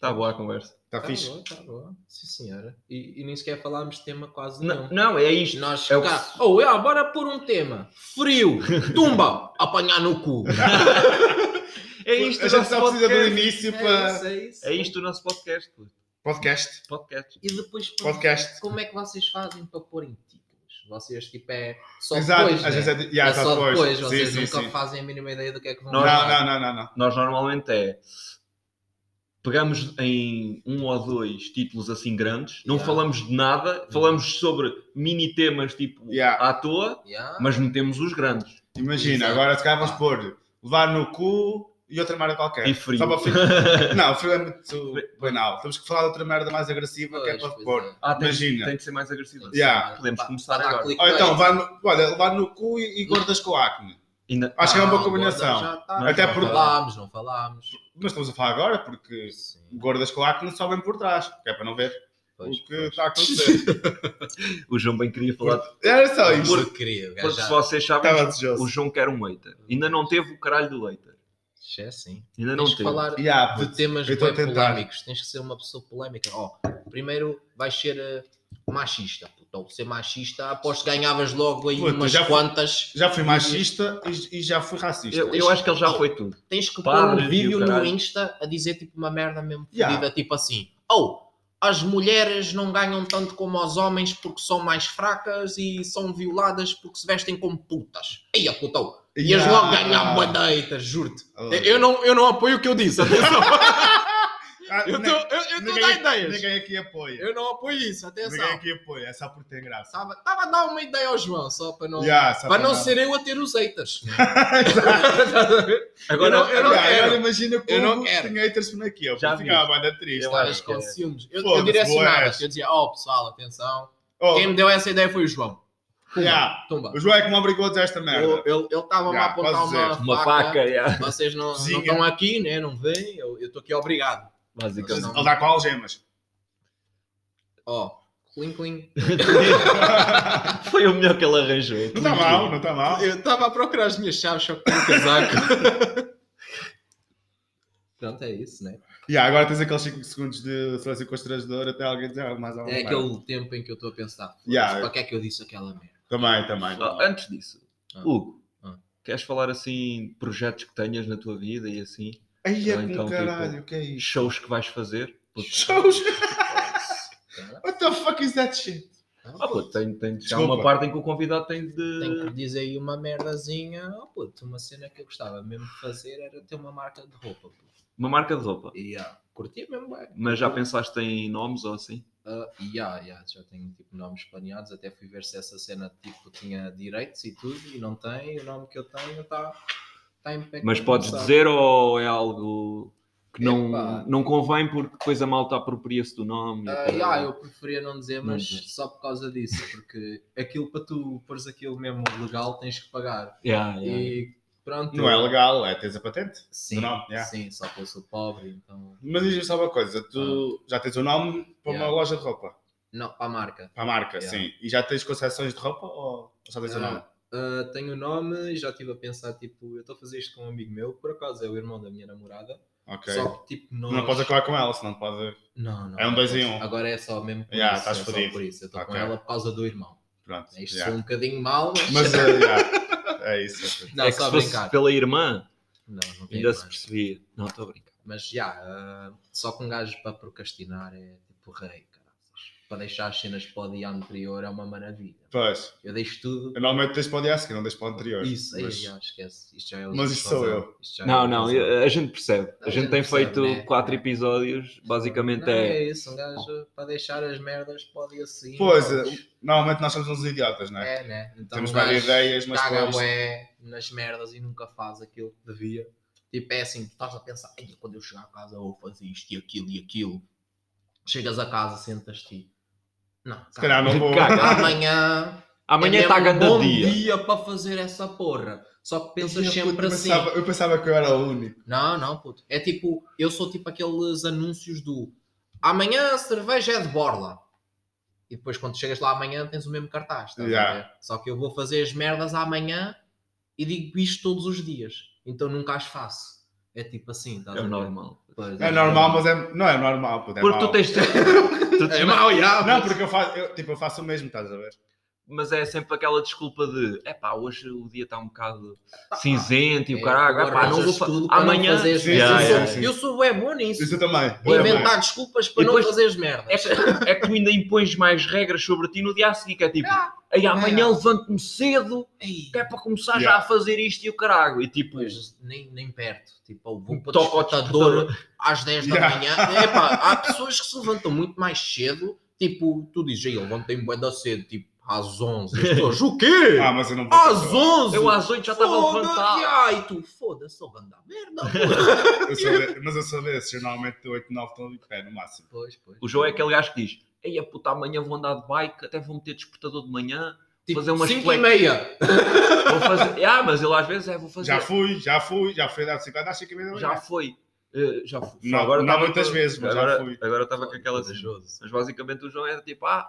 Speaker 1: tá boa a conversa.
Speaker 2: Está
Speaker 3: Tá
Speaker 2: fixe?
Speaker 3: boa, tá boa. Sim, senhora. E, e nem sequer falámos de tema quase
Speaker 1: Não,
Speaker 3: nenhum.
Speaker 1: não, é isto.
Speaker 3: Nós
Speaker 1: É o
Speaker 3: cá, ou eu agora por um tema.
Speaker 2: [LAUGHS]
Speaker 3: Frio, tumba, apanhar no cu.
Speaker 1: É isto
Speaker 2: a
Speaker 1: o
Speaker 2: gente
Speaker 1: nosso
Speaker 2: só precisa do
Speaker 1: podcast.
Speaker 2: início
Speaker 3: É
Speaker 2: para.
Speaker 3: isso, é isso.
Speaker 1: É isto o nosso podcast. puto.
Speaker 2: Podcast.
Speaker 1: Podcast.
Speaker 3: E depois, pô,
Speaker 2: Podcast.
Speaker 3: como é que vocês fazem para pôr em títulos? Vocês, tipo, é só
Speaker 2: Exato.
Speaker 3: depois,
Speaker 2: Às
Speaker 3: né?
Speaker 2: vezes é, yeah,
Speaker 3: é só depois, vocês
Speaker 2: Sim, sim,
Speaker 3: nunca
Speaker 2: sim.
Speaker 3: fazem a mínima ideia do que é que vão
Speaker 1: Não,
Speaker 2: Não,
Speaker 3: falar.
Speaker 2: não, não, não. não.
Speaker 1: Nós normalmente é. Pegamos em um ou dois títulos assim grandes, não
Speaker 3: Yeah.
Speaker 1: falamos de nada, falamos sobre mini temas tipo
Speaker 2: Yeah.
Speaker 1: à toa,
Speaker 3: Yeah?
Speaker 1: mas metemos os grandes.
Speaker 2: Imagina,
Speaker 3: Exato. Ah.
Speaker 2: agora se calhar vamos pôr levar no cu e outra merda qualquer.
Speaker 1: E frio. [LAUGHS]
Speaker 2: Só para
Speaker 3: [LAUGHS]
Speaker 2: frio. não, frio é muito banal. Temos que falar de outra merda mais agressiva que é
Speaker 3: Pois,
Speaker 2: para
Speaker 3: pois
Speaker 2: pôr.
Speaker 3: é.
Speaker 1: Ah, tem,
Speaker 2: Imagina.
Speaker 1: tem de ser mais agressivo.
Speaker 2: Yeah.
Speaker 1: Podemos
Speaker 3: Pá,
Speaker 1: começar
Speaker 3: pá, dá
Speaker 1: agora.
Speaker 3: clickbait.
Speaker 2: Ou então, levar no, olha, levar no cu e, e gordas com acne.
Speaker 1: Ainda-
Speaker 2: Acho que é uma
Speaker 3: Ah,
Speaker 2: boa
Speaker 3: agora
Speaker 2: combinação.
Speaker 3: já tá.
Speaker 1: Não,
Speaker 2: Até
Speaker 1: já
Speaker 2: por-
Speaker 3: Não falámos, não falámos.
Speaker 2: Mas estamos a falar agora porque
Speaker 3: Sim,
Speaker 2: gordas com acne sobem por trás, que é para não ver
Speaker 3: pois,
Speaker 2: o que
Speaker 3: pois.
Speaker 2: está a acontecer. [LAUGHS]
Speaker 1: O João bem queria falar.
Speaker 2: Era só
Speaker 3: Por
Speaker 2: é isto.
Speaker 3: querer, o gajo
Speaker 1: Porque
Speaker 3: já-
Speaker 1: se vocês sabem,
Speaker 2: Estava
Speaker 1: o
Speaker 2: desejoso.
Speaker 1: João quer um hater. Ainda não teve o caralho do hater.
Speaker 3: Isto É assim.
Speaker 1: Ainda não
Speaker 3: Tens que
Speaker 1: teve.
Speaker 3: falar
Speaker 2: Yeah,
Speaker 3: de
Speaker 2: puto.
Speaker 3: temas
Speaker 2: eu tô a
Speaker 3: bué
Speaker 2: tentar.
Speaker 3: polémicos. Tens que ser uma pessoa polémica. Ó, primeiro vais ser eh, machista. Puto. Ou ser machista, aposto que ganhavas logo aí
Speaker 2: Puto,
Speaker 3: umas
Speaker 2: já fui-
Speaker 3: quantas.
Speaker 2: Já fui machista e, e já fui racista.
Speaker 1: Eu, eu acho que ele já foi tudo.
Speaker 3: Tens que
Speaker 1: Padres e
Speaker 3: pôr um
Speaker 1: o
Speaker 3: vídeo no
Speaker 1: caralho.
Speaker 3: Insta a dizer tipo uma merda mesmo fodida,
Speaker 2: Yeah.
Speaker 3: tipo assim. Ou as mulheres não ganham tanto como os homens porque são mais fracas e são violadas porque se vestem como putas. Eia, putão! Ias
Speaker 2: Ah,
Speaker 3: logo ganhar uma deita, juro-te. Eu não, eu não apoio o que eu disse, atenção.
Speaker 2: Ah,
Speaker 3: Eu
Speaker 2: nem-
Speaker 3: estou a
Speaker 2: ninguém-
Speaker 3: dar ideias.
Speaker 2: Ninguém aqui apoia.
Speaker 3: Eu não apoio isso,
Speaker 2: Ninguém
Speaker 3: atenção.
Speaker 2: aqui apoia, é só por ter graça.
Speaker 3: Estava estava a dar uma ideia ao João, só para não,
Speaker 2: Yeah, só
Speaker 3: para não
Speaker 2: dar-
Speaker 3: ser eu a ter os haters.
Speaker 1: Agora,
Speaker 3: Eu não
Speaker 2: Yeah,
Speaker 3: quero.
Speaker 2: Agora imagina que
Speaker 3: Eu não
Speaker 2: o Hugo
Speaker 3: quero.
Speaker 2: tinha haters por aqui. Eu
Speaker 1: Já vi.
Speaker 2: ficava a banda triste. tá?
Speaker 1: Eu
Speaker 3: Estavas
Speaker 1: acho.
Speaker 2: Olha,
Speaker 3: com
Speaker 1: que é.
Speaker 3: ciúmes. Eu, eu
Speaker 2: Foda-se,
Speaker 3: direcionava
Speaker 2: boas.
Speaker 3: eu dizia, oh pessoal, atenção.
Speaker 2: Oh,
Speaker 3: Quem me deu essa ideia foi o João. Pumba,
Speaker 2: yeah,
Speaker 3: tumba.
Speaker 2: O João é que me obrigou a dizer esta merda.
Speaker 3: Eu- Ele estava-me a
Speaker 2: Yeah,
Speaker 3: apontar
Speaker 2: posso
Speaker 3: uma,
Speaker 2: dizer.
Speaker 1: uma faca, yeah,
Speaker 3: Vocês não não
Speaker 2: Cozinha.
Speaker 3: estão aqui, né? não vêm, eu estou aqui obrigado.
Speaker 1: basicamente.
Speaker 3: não.
Speaker 2: Ele dá com
Speaker 3: [LAUGHS]
Speaker 2: algemas.
Speaker 3: Ó, cling cling.
Speaker 1: Foi o melhor que ele arranjou.
Speaker 2: Não está mal, não está mal.
Speaker 3: Eu estava a procurar as minhas chaves, só que tenho casaco. [LAUGHS] Pronto, é isso, né?
Speaker 2: Yeah, agora tens aqueles 5 segundos de silêncio constrangedor até alguém dizer ah, mais alguma
Speaker 3: É
Speaker 2: merda.
Speaker 3: aquele tempo em que eu estou a pensar.
Speaker 2: Yeah.
Speaker 3: Para que é que eu disse aquela merda?
Speaker 2: Também, também.
Speaker 1: Ah, Antes disso,
Speaker 3: Ah.
Speaker 1: Hugo,
Speaker 3: Ah.
Speaker 1: queres falar assim de projetos que tenhas na tua vida e assim,
Speaker 2: Aí é
Speaker 1: Ou
Speaker 2: com
Speaker 1: então,
Speaker 2: caralho,
Speaker 1: tipo,
Speaker 2: o que é isso?
Speaker 1: shows que vais fazer? Puto, [LAUGHS]
Speaker 2: [LAUGHS] Shows!
Speaker 3: Cara,
Speaker 2: What the fuck is that shit?
Speaker 1: ah, puto, tem, tem já
Speaker 2: Desculpa.
Speaker 1: uma parte em que o convidado tem de.
Speaker 3: Tenho que dizer aí uma merdazinha. Oh, puto, uma cena que eu gostava mesmo de fazer era ter uma marca de roupa. Puto.
Speaker 1: Uma marca de roupa.
Speaker 3: E ah, curtia mesmo bem.
Speaker 1: Mas já pensaste em nomes ou assim?
Speaker 3: Ah, e há, e há, já tenho tipo nomes planeados, até fui ver se essa cena tipo tinha direitos e tudo, e não tem, e o nome que eu tenho está tá impecável.
Speaker 1: Mas podes
Speaker 3: sabe?
Speaker 1: dizer ou é algo que
Speaker 3: Epá.
Speaker 1: não, não convém porque depois a malta apropria-se do nome? e
Speaker 3: Ah,
Speaker 1: aquela-
Speaker 3: e há, eu preferia não dizer,
Speaker 1: Não
Speaker 3: mas
Speaker 1: dizer.
Speaker 3: só por causa disso, porque aquilo para tu pôres aquilo mesmo legal tens que pagar.
Speaker 1: Yeah, yeah.
Speaker 3: E pronto.
Speaker 2: Não é legal, é tens a patente.
Speaker 3: Sim,
Speaker 2: Não, yeah.
Speaker 3: sim, só que eu sou pobre, então.
Speaker 2: Mas diz-me só uma coisa, tu já tens o nome para uma
Speaker 3: Ah. Yeah.
Speaker 2: loja de roupa,
Speaker 3: Não, para a marca.
Speaker 2: para a marca,
Speaker 3: Yeah.
Speaker 2: sim. E já tens concessões de roupa ou só tens o
Speaker 3: Ah,
Speaker 2: nome?
Speaker 3: ah, tenho o nome e já estive a pensar, tipo, eu estou a fazer isto com um amigo meu, por acaso é o irmão da minha namorada.
Speaker 2: Ok.
Speaker 3: Só que tipo, nós...
Speaker 2: Não podes acabar com ela, senão pode.
Speaker 3: Não, não.
Speaker 2: É um dois em um.
Speaker 3: Agora é só mesmo por
Speaker 2: Yeah,
Speaker 3: isso.
Speaker 2: estás
Speaker 3: é só
Speaker 2: fodido.
Speaker 3: por isso. Eu estou com
Speaker 2: Ok.
Speaker 3: ela por causa do irmão.
Speaker 2: Pronto.
Speaker 3: Isto
Speaker 2: yeah.
Speaker 3: sou um bocadinho mal, mas.
Speaker 2: Mas eh, yeah, é isso.
Speaker 3: [LAUGHS] Não,
Speaker 1: é que
Speaker 3: só
Speaker 1: se
Speaker 3: a
Speaker 1: fosse
Speaker 3: brincar.
Speaker 1: pela irmã,
Speaker 3: Não, não tem
Speaker 1: ainda se
Speaker 3: mais.
Speaker 1: percebia. Não, estou a brincar.
Speaker 3: Mas já, ah, só com um gajo para procrastinar é tipo rei, caraças. Para deixar as cenas para o dia anterior é uma maravilha.
Speaker 2: Pois,
Speaker 3: Eu deixo tudo.
Speaker 2: eu normalmente deixo para o dia a seguir, não deixo para o anterior.
Speaker 3: Isso, aí
Speaker 2: Mas-
Speaker 3: já esquece. Isto já é
Speaker 2: Mas isto sou
Speaker 3: ilusão. Isto já é
Speaker 1: Não, não,
Speaker 3: ilusão.
Speaker 1: a gente percebe. A,
Speaker 3: A
Speaker 1: gente,
Speaker 3: gente
Speaker 1: tem
Speaker 3: percebe,
Speaker 1: feito
Speaker 3: né?
Speaker 1: quatro episódios, basicamente
Speaker 3: Não,
Speaker 1: é.
Speaker 3: É isso, um gajo para deixar as merdas para o dia seguinte.
Speaker 2: Pois, eh, normalmente nós somos uns idiotas, não é?
Speaker 3: É, né? Então
Speaker 2: Temos
Speaker 3: um gajo
Speaker 2: várias ideias, mas
Speaker 3: caga
Speaker 2: depois-
Speaker 3: bué nas merdas e nunca faz aquilo que devia. Tipo, é assim, tu estás a pensar, "Ei, quando eu chegar a casa eu vou fazer isto e aquilo e aquilo. Chegas a casa, sentas-te. e, Não,
Speaker 2: Se calhar
Speaker 1: [LAUGHS]
Speaker 2: não vou.
Speaker 1: Caga.
Speaker 3: Amanhã.
Speaker 1: Amanhã
Speaker 3: é
Speaker 1: está a
Speaker 3: mesmo
Speaker 1: grande
Speaker 3: bom
Speaker 1: um dia.
Speaker 3: para fazer essa porra. Só que pensas
Speaker 2: Eu,
Speaker 3: sempre
Speaker 2: eu
Speaker 3: assim.
Speaker 2: pensava- eu pensava que eu era o único.
Speaker 3: Não, não, puto. É tipo, eu sou tipo aqueles anúncios do amanhã a cerveja é de borla. E depois quando chegas lá amanhã tens o mesmo cartaz. estás a
Speaker 2: Yeah.
Speaker 3: ver? Só que eu vou fazer as merdas amanhã e digo isto todos os dias. Então nunca as faço. É tipo assim, estás
Speaker 1: É
Speaker 3: a
Speaker 1: o
Speaker 3: ver?
Speaker 1: normal.
Speaker 3: Pois,
Speaker 2: É normal, mas é. Não é normal, puto, é
Speaker 1: Porque tu
Speaker 2: mau.
Speaker 1: tens.
Speaker 3: [LAUGHS]
Speaker 1: tu tens-
Speaker 3: É mau, já,
Speaker 2: Não,
Speaker 3: mas-
Speaker 2: porque eu faço, eu, tipo, eu faço o mesmo, estás a ver?
Speaker 1: mas é sempre aquela desculpa de epá, hoje o dia está um bocado
Speaker 3: Tá.
Speaker 1: cinzento e
Speaker 3: É,
Speaker 1: o Tipo, caralho,
Speaker 3: agora
Speaker 1: epá, não vou
Speaker 3: fazes
Speaker 1: fa-
Speaker 3: tudo para não
Speaker 1: amanhã.
Speaker 3: fazeres
Speaker 2: Sim,
Speaker 3: merda.
Speaker 1: Yeah,
Speaker 3: eu,
Speaker 1: yeah,
Speaker 3: sou,
Speaker 2: sim.
Speaker 3: eu sou bué bom nisso.
Speaker 2: Isso é eu também. eu também.
Speaker 3: Inventar desculpas para
Speaker 1: E depois-
Speaker 3: não fazeres merda.
Speaker 1: É que, é que tu ainda impões mais regras sobre ti no dia a seguir, que é tipo,
Speaker 3: Ah.
Speaker 1: "Ei, amanhã
Speaker 3: Ah.
Speaker 1: levanto-me cedo, que é para começar já a
Speaker 2: Yeah.
Speaker 1: fazer isto e o caralho. E tipo,
Speaker 3: Pois, nem, nem perto. Tipo, eu vou para
Speaker 1: Toca o
Speaker 3: despertador às 10 da
Speaker 2: Yeah.
Speaker 3: manhã. Epá, há pessoas que se levantam muito mais cedo. Tipo, tu dizes, "Ei, eu levantei-me bué da cedo. Tipo, às 11. As pessoas,
Speaker 1: [LAUGHS]
Speaker 3: o quê?
Speaker 2: Ah, mas eu não vou.
Speaker 3: às 11?
Speaker 1: eu às 8 já estava
Speaker 3: Ah, Foda-se,
Speaker 1: levantado.
Speaker 3: ai, tu, foda-se, sou banda merda.
Speaker 1: [LAUGHS]
Speaker 2: Eu sou de- mas eu sou desses, eu normalmente 8, 9 estão de pé, no máximo.
Speaker 3: Pois, pois.
Speaker 1: O João é aquele gajo que diz, ei, a puta, amanhã vou andar de bike, até vou meter despertador de manhã,
Speaker 3: Tipo,
Speaker 1: fazer umas
Speaker 3: 5 e
Speaker 1: flex-
Speaker 3: meia.
Speaker 1: vou fazer... [LAUGHS] ah, mas ele às vezes é, vou fazer...
Speaker 2: Já fui, já fui, já fui dar 50 às 5 e
Speaker 1: Já foi. Eh, já foi.
Speaker 2: Não-
Speaker 1: Agora
Speaker 2: não
Speaker 1: tava
Speaker 2: muitas
Speaker 1: com-
Speaker 2: vezes, mas já
Speaker 1: agora,
Speaker 2: fui.
Speaker 1: Agora estava com aquela...
Speaker 3: Corajoso.
Speaker 1: Mas basicamente o João era tipo, ah,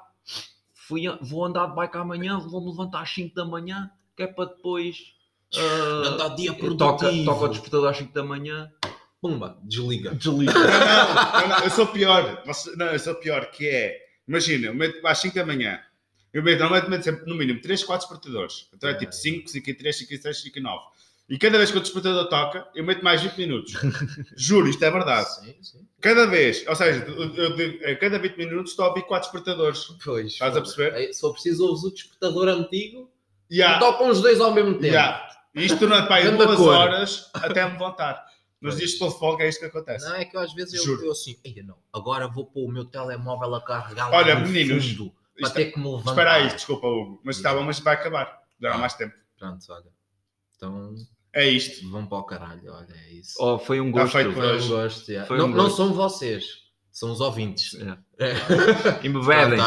Speaker 1: fui a- vou andar de bike amanhã, vou-me levantar às 5 da manhã, que é para depois. ah,
Speaker 3: Anda tá dia produtivo.
Speaker 1: toca, toca o despertador às 5 da manhã,
Speaker 3: Pumba, desliga.
Speaker 1: desliga.
Speaker 2: Não, não, não, eu sou pior. Você- Não, eu sou pior, que é. Imagina, eu meto às 5 da manhã. Eu meto, normalmente meto sempre no mínimo 3, 4 despertadores. Então é tipo 5, 5 e 3, 5 e 6, 5 e 9. E cada vez que o despertador toca, eu meto mais 20 minutos.
Speaker 3: [LAUGHS]
Speaker 2: Juro, isto é verdade.
Speaker 3: Sim, sim.
Speaker 2: Cada vez, ou seja, eu- eu digo, a cada 20 minutos estou a ouvir 4 despertadores.
Speaker 3: Pois.
Speaker 2: Estás a perceber?
Speaker 3: Ei, Se for preciso, ouves o despertador antigo
Speaker 2: E há-
Speaker 3: e tocam os dois ao mesmo tempo.
Speaker 2: Yeah. E Isto durante pá, aí
Speaker 3: Ganda
Speaker 2: duas
Speaker 3: cor.
Speaker 2: horas até me voltar. Nos dias que estou de folga é isto que acontece.
Speaker 3: Não, é que eu, às vezes eu,
Speaker 2: Juro.
Speaker 3: eu assim, "Ei, não, agora vou pôr o meu telemóvel a carregar
Speaker 2: Olha,
Speaker 3: lá no
Speaker 2: meninos,
Speaker 3: fundo para
Speaker 2: Isto- é-
Speaker 3: ter que me levantar.
Speaker 2: Espera aí, desculpa, Hugo, mas
Speaker 3: Diga.
Speaker 2: estava, mas vai acabar. Dará
Speaker 3: Ah.
Speaker 2: mais tempo.
Speaker 3: Pronto, olha. Então
Speaker 2: É isto.
Speaker 3: vão para o caralho, olha, é isso.
Speaker 1: Oh, foi um
Speaker 2: Tá
Speaker 1: gosto.
Speaker 2: feito por
Speaker 3: Foi um
Speaker 2: hoje.
Speaker 3: gosto, yeah.
Speaker 1: Foi
Speaker 3: não,
Speaker 1: um
Speaker 3: não
Speaker 1: gosto.
Speaker 3: são vocês, são os ouvintes.
Speaker 1: E me vedem.
Speaker 3: Pronto, olha.